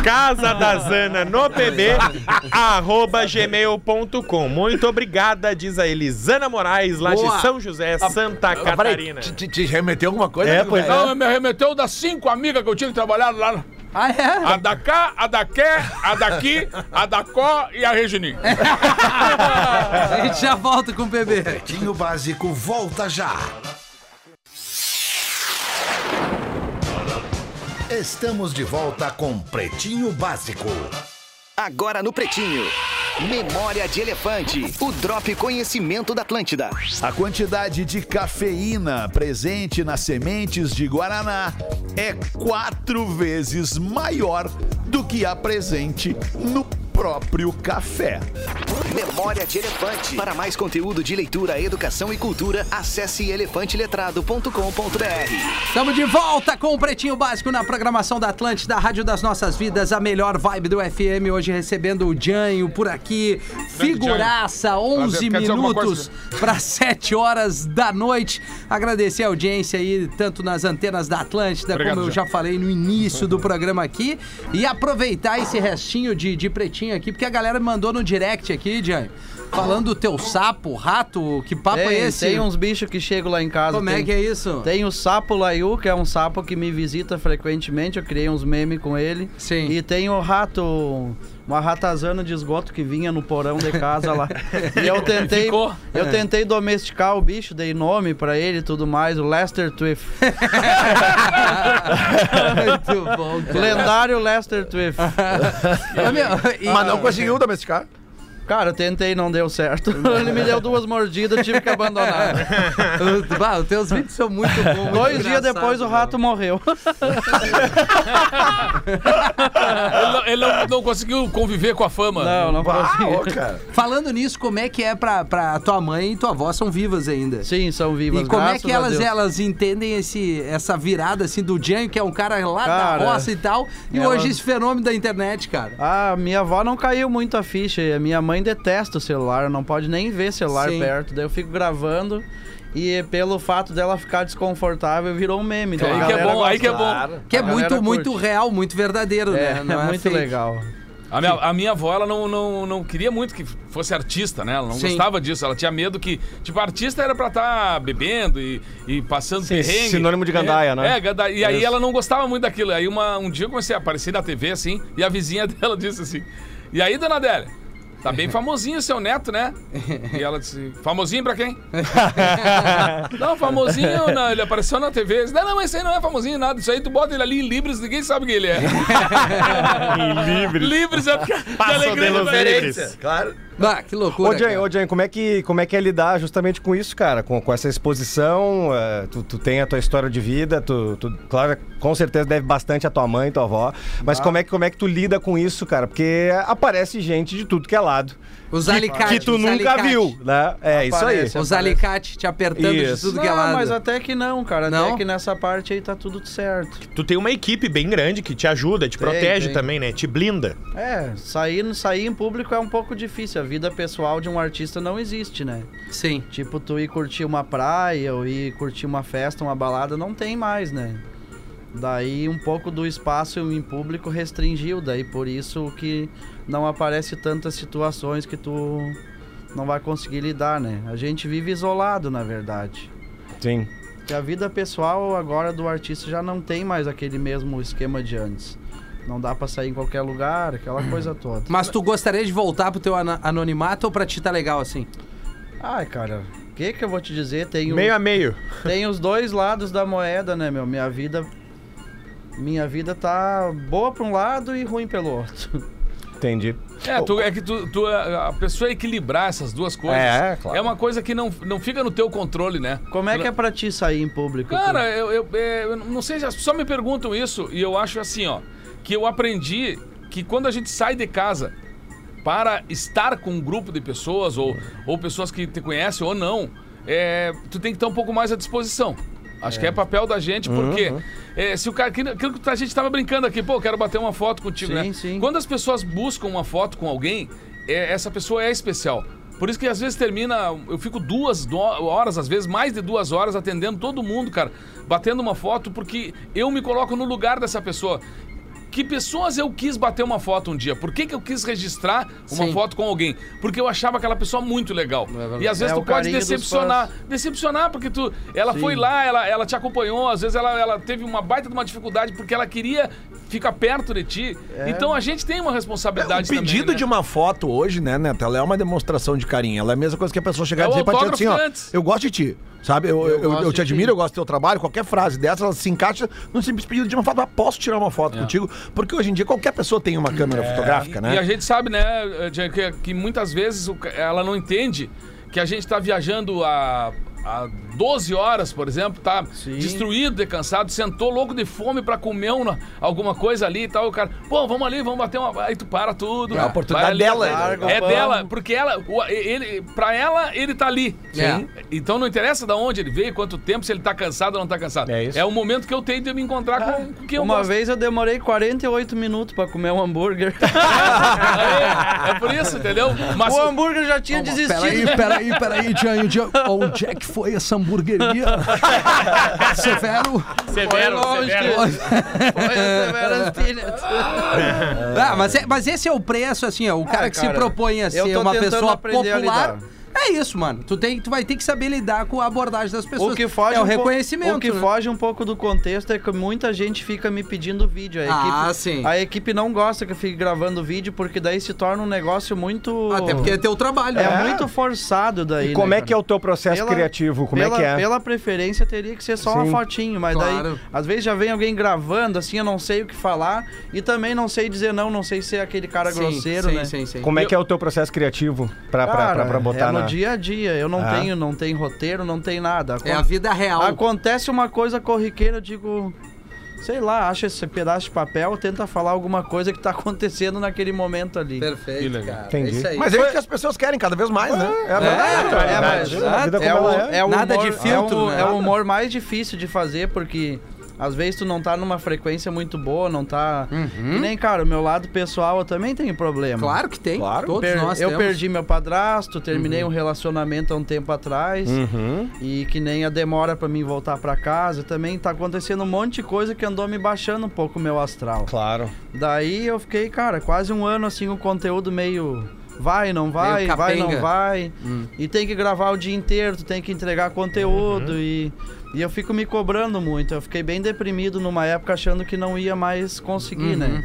H: Casa da Zana no pb, arroba gmail.com. Muito obrigada, diz a Elisana Moraes, lá
E: Boa.
H: de São José,
E: Ah,
H: Santa
E: ah, peraí,
H: Catarina.
E: te-
K: Te remeteu alguma coisa?
H: É, pois
E: não,
H: é.
E: me remeteu das cinco amigas que eu tinha que trabalhar lá.
D: Ah, é?
E: A da cá, a da quê, a daqui, a da có e a Regininho.
D: A gente já volta com o bebê.
B: Pretinho Básico volta já. Estamos de volta com Pretinho Básico.
O: Agora no Pretinho. Memória de Elefante, o Drop Conhecimento da Atlântida.
B: A quantidade de cafeína presente nas sementes de guaraná é quatro vezes maior do que a presente no próprio café.
O: Memória de Elefante. Para mais conteúdo de leitura, educação e cultura, acesse elefanteletrado.com.br.
D: Estamos de volta com o Pretinho Básico na programação da Atlântida, a Rádio das Nossas Vidas, a melhor vibe do FM. Hoje recebendo o Janho por aqui. Figuraça,
E: Janho.
D: 11
E: Prazer. Quer dizer alguma
D: minutos para 7 horas da noite. Agradecer a audiência aí, tanto nas antenas da Atlântida,
E: Obrigado,
D: como eu já
E: Janho.
D: falei no início do programa aqui. E aproveitar esse restinho de, de pretinho aqui, porque a galera me mandou no direct aqui, Janho, falando do teu sapo, rato, que papo é
I: Tem-
D: esse?
I: Tem uns bichos que chegam lá em casa.
D: Como é
I: tem-
D: que é isso?
I: Tem o sapo Laiu, que é um sapo que me visita frequentemente. Eu criei uns memes com ele. Sim. E tem o rato, uma ratazana de esgoto que vinha no porão de casa lá. E eu tentei,
E: Ficou.
I: eu
E: É.
I: tentei domesticar o bicho, dei nome pra ele e tudo mais, o Lester Twiff.
D: Muito bom, cara.
I: Lendário Lester Twiff. Tá
D: Mas não
I: conseguiu domesticar? Cara, eu tentei, não deu certo. Ele me deu duas mordidas, eu tive que abandonar.
D: O- bah, Os teus vídeos são muito bons. É, muito
I: Dois dias
D: engraçados,
I: depois o
D: né?
I: rato morreu.
E: Ele, não, ele não- não conseguiu conviver com a fama.
I: Não, não conseguiu.
D: Falando nisso, como é que é pra, pra tua mãe e tua avó são vivas ainda?
I: Sim, são vivas.
D: E como é
I: graças
D: que
I: a
D: elas,
I: Deus.
D: elas entendem esse, essa virada assim do Jânio, que é um cara lá
I: Cara,
D: da roça e tal, e
I: ela-
D: hoje esse fenômeno da internet, cara?
I: Ah, minha avó não caiu muito a ficha. e A minha mãe detesta o celular, não pode nem ver celular
D: Sim.
I: perto. Daí eu fico gravando e pelo fato dela ficar desconfortável virou um meme.
D: É,
I: então a
E: é
I: galera gosta. Claro,
D: Que é
I: a galera
D: muito, muito
I: curte.
D: real, muito verdadeiro,
I: É,
D: né?
I: é muito
D: fake.
I: legal.
E: A minha, a minha avó, ela não, não, não queria muito que fosse artista, né? Ela não
D: Sim.
E: gostava disso. Ela tinha medo que, tipo, artista era pra estar bebendo e, e passando
G: Sim,
E: perrengue.
G: sinônimo de gandaia,
E: É,
G: né?
E: É, gandaia. E aí
G: Isso.
E: ela não gostava muito daquilo. Aí uma- um dia eu comecei a aparecer na TV, assim, e a vizinha dela disse assim, e aí, dona Adélia, tá bem famosinho seu neto, né? E ela disse, famosinho pra quem? Não, famosinho não, ele apareceu na TV. Eu disse, Não, não, mas isso aí não é famosinho nada. Isso aí tu bota ele ali em Libres, ninguém sabe quem ele é. Libres. Libres é porque
G: Passou de
E: da
G: los
E: diferença.
G: Libres.
E: Claro.
D: Bah, que
G: Ô,
D: loucura.
G: Jay, ô, Jay, como é que como é que é lidar justamente com isso, cara? Com, com essa exposição, eh, tu, tu tem a tua história de vida, tu, tu- claro, com certeza deve bastante à tua mãe, tua avó, mas
I: Tá.
G: como é que como é que tu lida com isso, cara? Porque aparece gente de tudo que é lado.
D: Os
G: que,
D: alicates,
G: que tu
D: os
G: nunca
D: alicates.
G: viu, né? É isso aí.
D: Os alicates te apertando de
G: Isso.
D: tudo
I: Não,
D: que é lado.
I: mas até que não, cara.
D: Não?
I: Até que nessa parte aí tá tudo certo.
H: Tu tem uma equipe bem grande que te ajuda, te
I: Tem,
H: protege
I: tem.
H: também, né? Te blinda.
I: É, sair, sair em público é um pouco difícil. A vida pessoal de um artista não existe, né?
D: Sim.
I: Tipo, tu ir curtir uma praia ou ir curtir uma festa, uma balada, não tem mais, né? Daí um pouco do espaço em público restringiu, daí por isso que não aparece tantas situações que tu não vai conseguir lidar, né? A gente vive isolado, na verdade.
G: Sim.
I: Que a vida pessoal agora do artista já não tem mais aquele mesmo esquema de antes. Não dá pra sair em qualquer lugar, aquela coisa toda.
D: Mas tu gostaria de voltar pro teu ana- anonimato ou pra ti tá legal assim?
I: Ai, cara, o que que eu vou te dizer? Tem um o-
D: Meio a
H: meio.
I: Tem os dois lados da moeda, né, meu? Minha vida... Minha vida tá boa pra um lado e ruim pelo outro.
G: Entendi.
E: É, tu- é que tu, tu- a a pessoa equilibrar essas duas coisas
I: É, claro.
E: é uma coisa que não, não fica no teu controle, né?
I: Como é que é pra ti sair em público?
E: Cara, eu, eu- é, eu não sei, as pessoas me perguntam isso e eu acho assim, ó, que eu aprendi que quando a gente sai de casa para estar com um grupo de pessoas ou, ou pessoas que te conhecem ou não, é, tu tem que estar um pouco mais à disposição. Acho que é papel da gente, porque
N: Uhum.
E: é, se o cara. Aquilo aquilo que a gente tava brincando aqui, pô, quero bater uma foto contigo, né? Quando as pessoas buscam uma foto com alguém, é, essa pessoa é especial. Por isso que às vezes termina. Eu fico duas do- horas, às vezes mais de duas horas, atendendo todo mundo, cara, batendo uma foto, porque eu me coloco no lugar dessa pessoa. Que pessoas eu quis bater uma foto um dia? Por que, que eu quis registrar uma
N: Sim.
E: foto com alguém? Porque eu achava aquela pessoa muito legal. e às vezes
N: É,
E: tu
N: o
E: pode
N: carinho dos
E: decepcionar.
N: fãs.
E: Decepcionar, porque tu. Ela
N: Sim.
E: foi lá, ela, ela te acompanhou, às vezes ela, ela teve uma baita de uma dificuldade porque ela queria ficar perto de ti.
F: É.
E: Então a gente tem uma responsabilidade
F: O pedido
E: também, né?
F: de uma foto hoje, né, Neto? Ela é uma demonstração de carinho. Ela é a mesma coisa que a pessoa chegar
E: É
F: e
E: o
F: dizer pra ti
E: autógrafo
F: assim, ó.
E: antes.
F: Eu gosto de ti. Sabe? Eu, eu, eu,
E: gosto
F: te
E: de
F: admiro,
E: ti.
F: eu gosto do teu trabalho. Qualquer frase dessa, ela se encaixa num simples pedido de uma foto. Mas posso tirar uma foto contigo? Porque hoje em dia qualquer pessoa tem uma câmera fotográfica, né?
E: E a gente sabe, né, Jean, que, que muitas vezes o ca- ela não entende que a gente tá viajando a. Há 12 horas, por exemplo, tá destruído, de cansado, sentou louco de fome pra comer uma, alguma coisa ali e tal. O cara, pô, vamos ali, vamos bater uma. Aí tu para tudo.
F: É a oportunidade
E: vai ali,
F: dela.
E: É,
F: Larga,
E: é
F: vamos.
E: dela, porque ela, o- ele, pra ela, ele tá ali.
F: Sim.
E: É. Então não interessa de onde ele veio, quanto tempo, se ele tá cansado ou não tá cansado. É, o momento que eu tenho de me encontrar
F: Ah.
E: com, com quem eu
I: Uma
E: gosto.
I: vez eu demorei 48 minutos pra comer um hambúrguer.
E: É por isso, entendeu?
I: o hambúrguer já tinha desistido.
J: Peraí, peraí, peraí, Jean, Jean. Onde é que foi essa hamburgueria? Severo.
H: Severo, Severo.
D: Ah, mas, é- mas esse é o preço, assim, ó, o cara que se
I: cara,
D: propõe a
I: eu
D: ser
I: tô
D: uma
I: tentando
D: pessoa
I: aprender a
D: popular.
I: lidar.
D: É isso, mano. Tu, tem, tu vai ter que saber lidar com a abordagem das pessoas.
I: O que foge
D: é o
I: um pouco-
D: reconhecimento.
I: o que
D: né?
I: foge um pouco do contexto é que muita gente fica me pedindo vídeo. A
D: Ah,
I: equipe,
D: sim.
I: A equipe não gosta que eu fique gravando vídeo, porque daí se torna um negócio muito.
D: Até porque é teu trabalho,
I: É,
D: né?
I: muito forçado daí.
D: E como é que é
I: o
G: teu processo criativo? Como é que é?
I: né, Pela preferência teria que ser só uma
G: Sim.
I: fotinho, mas daí
G: Claro.
I: às vezes já vem alguém gravando, assim, eu não sei o que falar e também não sei dizer não, não sei ser aquele cara
D: Sim,
I: grosseiro,
D: sim,
I: né?
D: sim,
G: Como é que é o teu processo criativo pra, pra, pra,
I: Cara,
G: pra botar
I: é no
G: na...
I: dia a dia. Eu não
G: Ah.
I: tenho, não tem roteiro, não tem nada.
D: É a vida real.
I: Ah, Acontece uma coisa corriqueira, eu digo, sei lá, acha esse pedaço de papel, tenta falar alguma coisa que tá acontecendo naquele momento ali.
D: Perfeito, cara.
I: É isso aí.
F: Mas é o que as pessoas querem cada vez mais, né?
I: É, verdade, é, mas-
F: A vida como
I: é o-
F: ela
I: é o
D: Nada
I: humor-
D: de filtro,
I: é o,
D: né?
I: é o humor mais difícil de fazer, porque às vezes tu não tá numa frequência muito boa, não tá. E nem, cara, o meu lado pessoal eu também tenho problema.
D: Uhum. Claro que tem, Claro. todos nós
I: Eu
D: temos. Uhum.
I: perdi meu padrasto, terminei um relacionamento há um tempo atrás.
G: Uhum.
I: E que nem a demora pra mim voltar pra casa, também tá acontecendo um monte de coisa que andou me baixando um pouco o meu astral.
G: Claro.
I: Daí eu fiquei, cara, quase um ano assim, o conteúdo meio vai, não vai,
D: Meio
I: vai, não
D: capenga. Hum.
I: vai. E tem que gravar o dia inteiro, tu tem que entregar conteúdo
G: Uhum.
I: e, e eu fico me cobrando muito. Eu fiquei bem deprimido numa época achando que não ia mais conseguir,
D: Uhum.
I: né?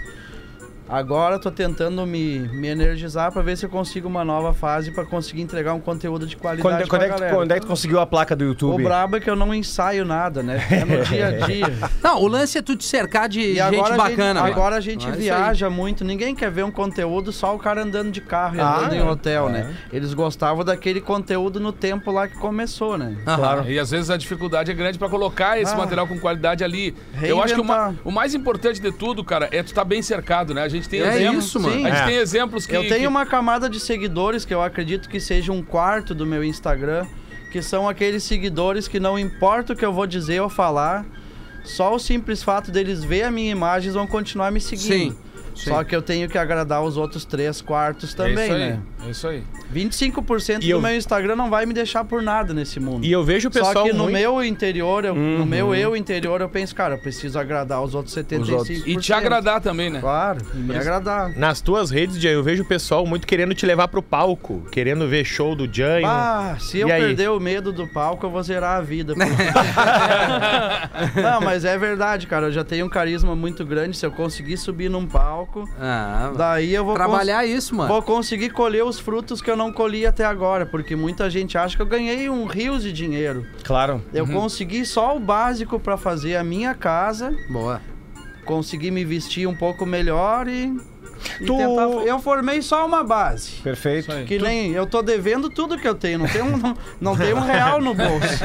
I: Agora eu tô tentando me, me energizar pra ver se eu consigo uma nova fase pra conseguir entregar um conteúdo de qualidade
G: Quando,
I: pra
G: quando, é que, tu-
I: galera.
G: quando é que tu conseguiu a placa do
I: O
G: YouTube?
I: brabo é que eu não ensaio nada, né? É no dia a dia.
D: Não, o lance é tu te cercar de
I: E
D: gente
I: agora a gente-
D: bacana. mano.
I: agora a gente
D: É isso aí.
I: viaja muito, ninguém quer ver um conteúdo só o cara andando de carro e
D: Ah,
I: andando em
D: é.
I: hotel, né? Eles gostavam daquele conteúdo no tempo lá que começou, né?
E: E às vezes a dificuldade é grande pra colocar esse
I: Ah.
E: material com qualidade ali. Eu acho que o, ma-
I: Reinventar.
E: o mais importante de tudo, cara, é tu estar bem cercado, né? A gente tem
I: É
E: exemplos.
I: isso, mano.
E: A gente
I: É.
E: tem exemplos que.
I: Eu
E: que-
I: tenho uma camada de seguidores que eu acredito que seja um quarto do meu Instagram, que são aqueles seguidores que não importa o que eu vou dizer ou falar, só o simples fato deles ver a minha imagem eles vão continuar me seguindo.
E: Sim, sim.
I: Só que eu tenho que agradar os outros três quartos
E: é
I: também,
E: isso aí,
I: né?
E: É isso aí.
I: 25%
E: E eu-
I: do meu Instagram não vai me deixar por nada nesse mundo.
E: E eu vejo o pessoal
I: Só que no
E: muito-
I: meu interior, eu-
E: Uhum.
I: no meu eu interior, eu penso, cara, eu preciso agradar os outros 75%.
E: E te agradar também, né?
I: Claro, me agradar.
H: Nas tuas redes, Jean, eu vejo o pessoal muito querendo te levar pro palco, querendo ver show do Jean.
I: Ah, se eu
H: E aí?
I: perder o medo do palco, eu vou zerar a vida. porque- não, mas é verdade, cara. Eu já tenho um carisma muito grande. Se eu conseguir subir num palco,
D: Ah,
I: daí eu vou
D: trabalhar
I: um cons-
D: isso, mano.
I: Vou conseguir colher os frutos que eu não colhi até agora, porque muita gente acha que eu ganhei um rios de dinheiro.
G: Claro.
I: Eu
G: Uhum.
I: consegui só o básico pra fazer a minha casa.
D: Boa.
I: Consegui me vestir um pouco melhor e e tentar. Eu formei só uma base.
G: Perfeito.
I: Que nem eu tô devendo tudo que eu tenho, não tenho um, não, não tenho um real no bolso.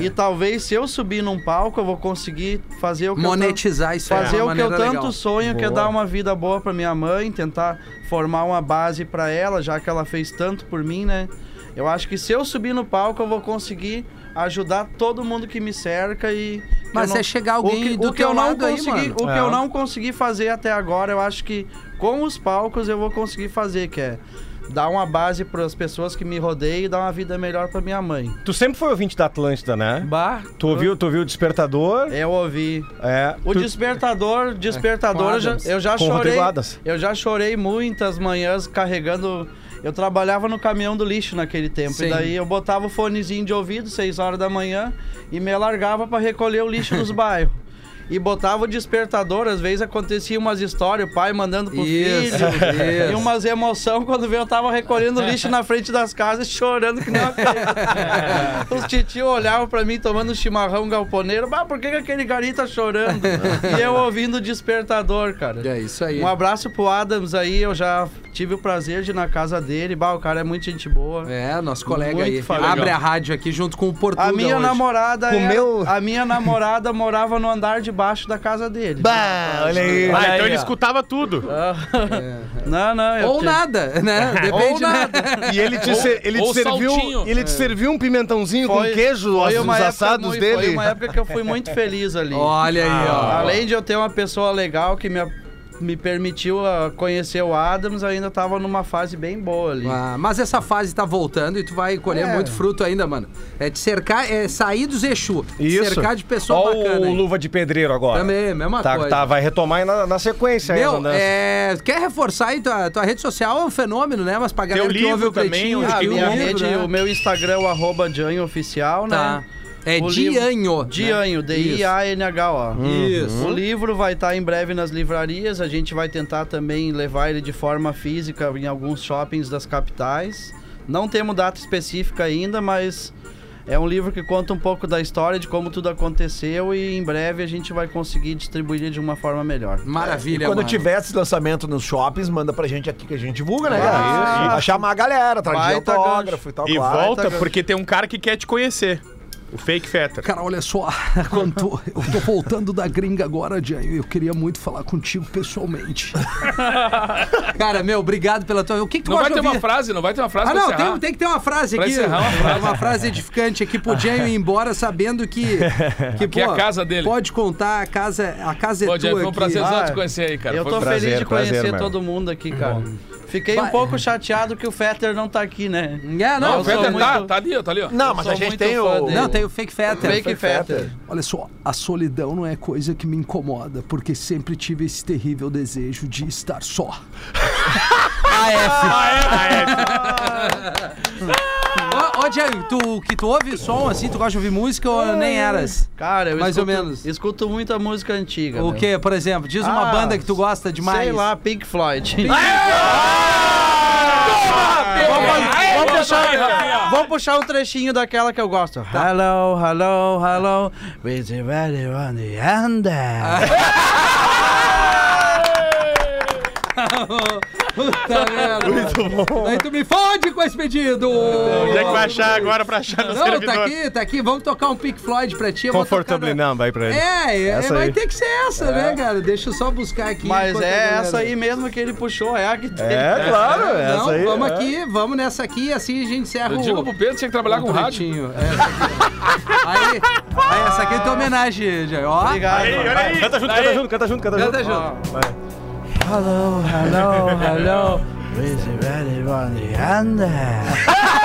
I: E talvez se eu subir num palco, eu vou conseguir fazer o que eu
D: Monetizar
I: tan-
D: isso aí de
I: fazer
D: É, uma
I: o que eu
D: maneira
I: tanto
D: legal.
I: sonho, que é
D: Boa.
I: dar uma vida boa pra minha mãe, tentar formar uma base pra ela, já que ela fez tanto por mim, né? Eu acho que se eu subir no palco, eu vou conseguir ajudar todo mundo que me cerca e
D: Mas
I: eu não-
D: é chegar alguém
I: o que,
D: do
I: o que
D: teu
I: eu não
D: lado aí,
I: consegui,
D: mano.
I: O que
D: É.
I: eu não consegui fazer até agora, eu acho que com os palcos eu vou conseguir fazer, que é dar uma base para as pessoas que me rodeiam e dar uma vida melhor para minha mãe.
G: Tu sempre foi ouvinte da Atlântida, né?
I: Bah.
G: Tu ouviu, tu ouviu o Despertador?
I: Eu ouvi.
G: É.
I: O
G: tu-
I: despertador, despertador,
D: É,
G: com
I: eu já,
G: Adams.
I: eu já
G: Com Rodrigo
I: chorei.
G: Adams.
I: Eu já chorei muitas manhãs carregando. Eu trabalhava no caminhão do lixo naquele tempo.
D: Sim.
I: E daí eu botava o fonezinho de ouvido, 6 horas da manhã, e me largava pra recolher o lixo dos bairros. E botava o despertador, às vezes acontecia umas histórias, o pai mandando pro
D: Isso,
I: filho,
D: isso.
I: e umas emoção quando veio eu tava recolhendo lixo na frente das casas, chorando que nem uma criança. Os titio olhavam pra mim tomando chimarrão galponeiro, bah, por que, que aquele gari tá chorando? e eu ouvindo o despertador, cara.
D: É isso aí.
I: Um abraço pro Adams aí, eu já tive o prazer de ir na casa dele, bah, o cara é muito gente boa.
D: É, nosso colega
I: Muito
D: aí.
I: legal.
D: Abre a rádio aqui junto com o Portugal.
I: A minha namorada
D: Com
I: era-
D: meu-
I: a minha namorada morava no andar de baixo da casa dele.
K: Bah, olha aí.
H: Ah, então ele escutava tudo.
I: Não, não, eu
D: Ou
I: te-
D: nada, né? Depende,
I: Ou
D: né?
K: E ele te, ser- ele te serviu, ele te serviu um pimentãozinho
I: Foi-
K: com queijo,
I: foi
K: os, os
I: uma época
K: assados
I: mui-
K: dele.
I: Foi uma época que eu fui muito feliz ali.
D: Olha aí, ó.
I: Ah. Além de eu ter uma pessoa legal que me, me permitiu ah, conhecer o Adams, eu ainda tava numa fase bem boa ali.
D: Ah, mas essa fase tá voltando e tu vai colher
I: É.
D: muito fruto ainda, mano. É te cercar, é sair dos Exu.
G: Isso.
D: Cercar de pessoa
G: Ó
D: bacana.
G: o
D: hein?
G: Luva de Pedreiro agora.
D: Também, é mesma
G: tá,
D: coisa.
G: Tá, vai retomar aí na, na sequência. aí as
D: Meu,
G: andanças.
D: é, quer reforçar aí tua, tua rede social? É um fenômeno, né? Mas pra galera que ouve o Pretinho...
I: Ah,
D: tem um
I: minha
D: livro,
I: rede,
D: né?
I: o meu Instagram, é o arroba Dianho Oficial,
D: Tá.
I: né?
D: É
I: O livro-
D: Dianho. né?
I: Dianho, D-I-A-N-H-O.
D: Isso.
I: O livro vai estar em breve nas livrarias. A gente vai tentar também levar ele de forma física em alguns shoppings das capitais. Não temos data específica ainda, mas é um livro que conta um pouco da história, de como tudo aconteceu e em breve a gente vai conseguir distribuir ele de uma forma melhor.
D: Maravilha,
F: E quando
D: mano.
F: tiver esse lançamento nos shoppings, manda pra gente aqui que a gente divulga, né?
H: Ah,
F: galera?
H: isso.
F: Pra chamar a galera, tá trazer
H: Baita
I: tá
F: autógrafo e tal.
H: E
F: claro.
H: volta, porque tem um cara que quer te conhecer. O fake fetter.
J: Cara, olha só, quanto, eu tô voltando da gringa agora, Jay. Eu queria muito falar contigo pessoalmente.
D: Cara, meu, obrigado pela tua... O que, que tu
E: Não vai
D: gosta
E: ter
D: de
E: uma
D: ouvir?
E: frase, não vai ter uma frase
D: Ah,
E: pra
D: não,
E: encerrar.
D: tem, tem que ter uma frase
E: Pra
D: aqui. É
E: encerrar uma frase.
D: edificante aqui pro Jay ir embora sabendo que. Que,
E: Aqui é a casa dele.
D: Pode contar, a casa, a casa é
E: Pô,
D: tua.
E: Jay, foi um
D: aqui.
E: prazerzão
I: Ah,
E: te conhecer aí, cara.
I: Eu
E: Foi
I: tô
E: um prazer,
I: feliz de
E: prazer,
I: conhecer
E: meu.
I: todo mundo aqui, cara. Fiquei um
D: Vai-
I: pouco chateado que o Fetter não tá aqui, né?
D: É, não,
E: Não, o
D: eu sou
E: Fetter tá,
D: muito-
E: tá ali, ó, tá ali, ó.
F: Não, mas
D: sou
F: a gente
D: muito
F: tem
D: fã
F: o.
D: dele. Não, tem o Fake Fetter.
I: Fake Fetter.
J: Olha só, a solidão não é coisa que me incomoda, porque sempre tive esse terrível desejo de estar só.
D: Ô, ô Diego, tu, que tu ouve som assim, tu gosta de ouvir música ou nem eras?
I: Cara, eu
D: Mais ou
I: escuto,
D: menos.
I: escuto muita música antiga.
D: O
I: meu.
D: que, por exemplo? Diz uma
I: Ah,
D: banda que tu gosta demais.
I: Sei lá, Pink Floyd.
D: Vamos
I: puxar, vamos puxar um trechinho daquela que eu gosto. Hello, hello, hello. With the very on the end.
D: Puta merda. Muito bom. Daí tu me fode com esse pedido.
H: Onde é que vai achar agora pra achar no
D: Não,
H: servidor?
D: tá aqui, tá aqui. Vamos tocar um Pink Floyd pra ti. eu vou tocar
G: Comfortably não, vai pra ele.
D: É, é,
G: Essa
D: vai
G: aí. É.
D: ter que ser essa, né, cara? Deixa eu só buscar aqui.
I: Mas
D: enquanto a
I: é
D: galera-
I: essa aí mesmo que ele puxou, é a que tem.
G: É, claro,
D: Não,
G: essa aí.
D: vamos
G: é.
D: aqui, vamos nessa aqui, assim a gente encerra
E: Eu digo pro Pedro que tinha que trabalhar com rádio.
D: pretinho. É, essa aqui. aí, aí, essa aqui é tua homenagem, Jay. Ó.
I: Obrigado. Aí, olha aí.
G: Canta junto, canta junto, canta junto, canta junto.
D: Canta junto.
I: Hello, hello, hello. With the very on the end.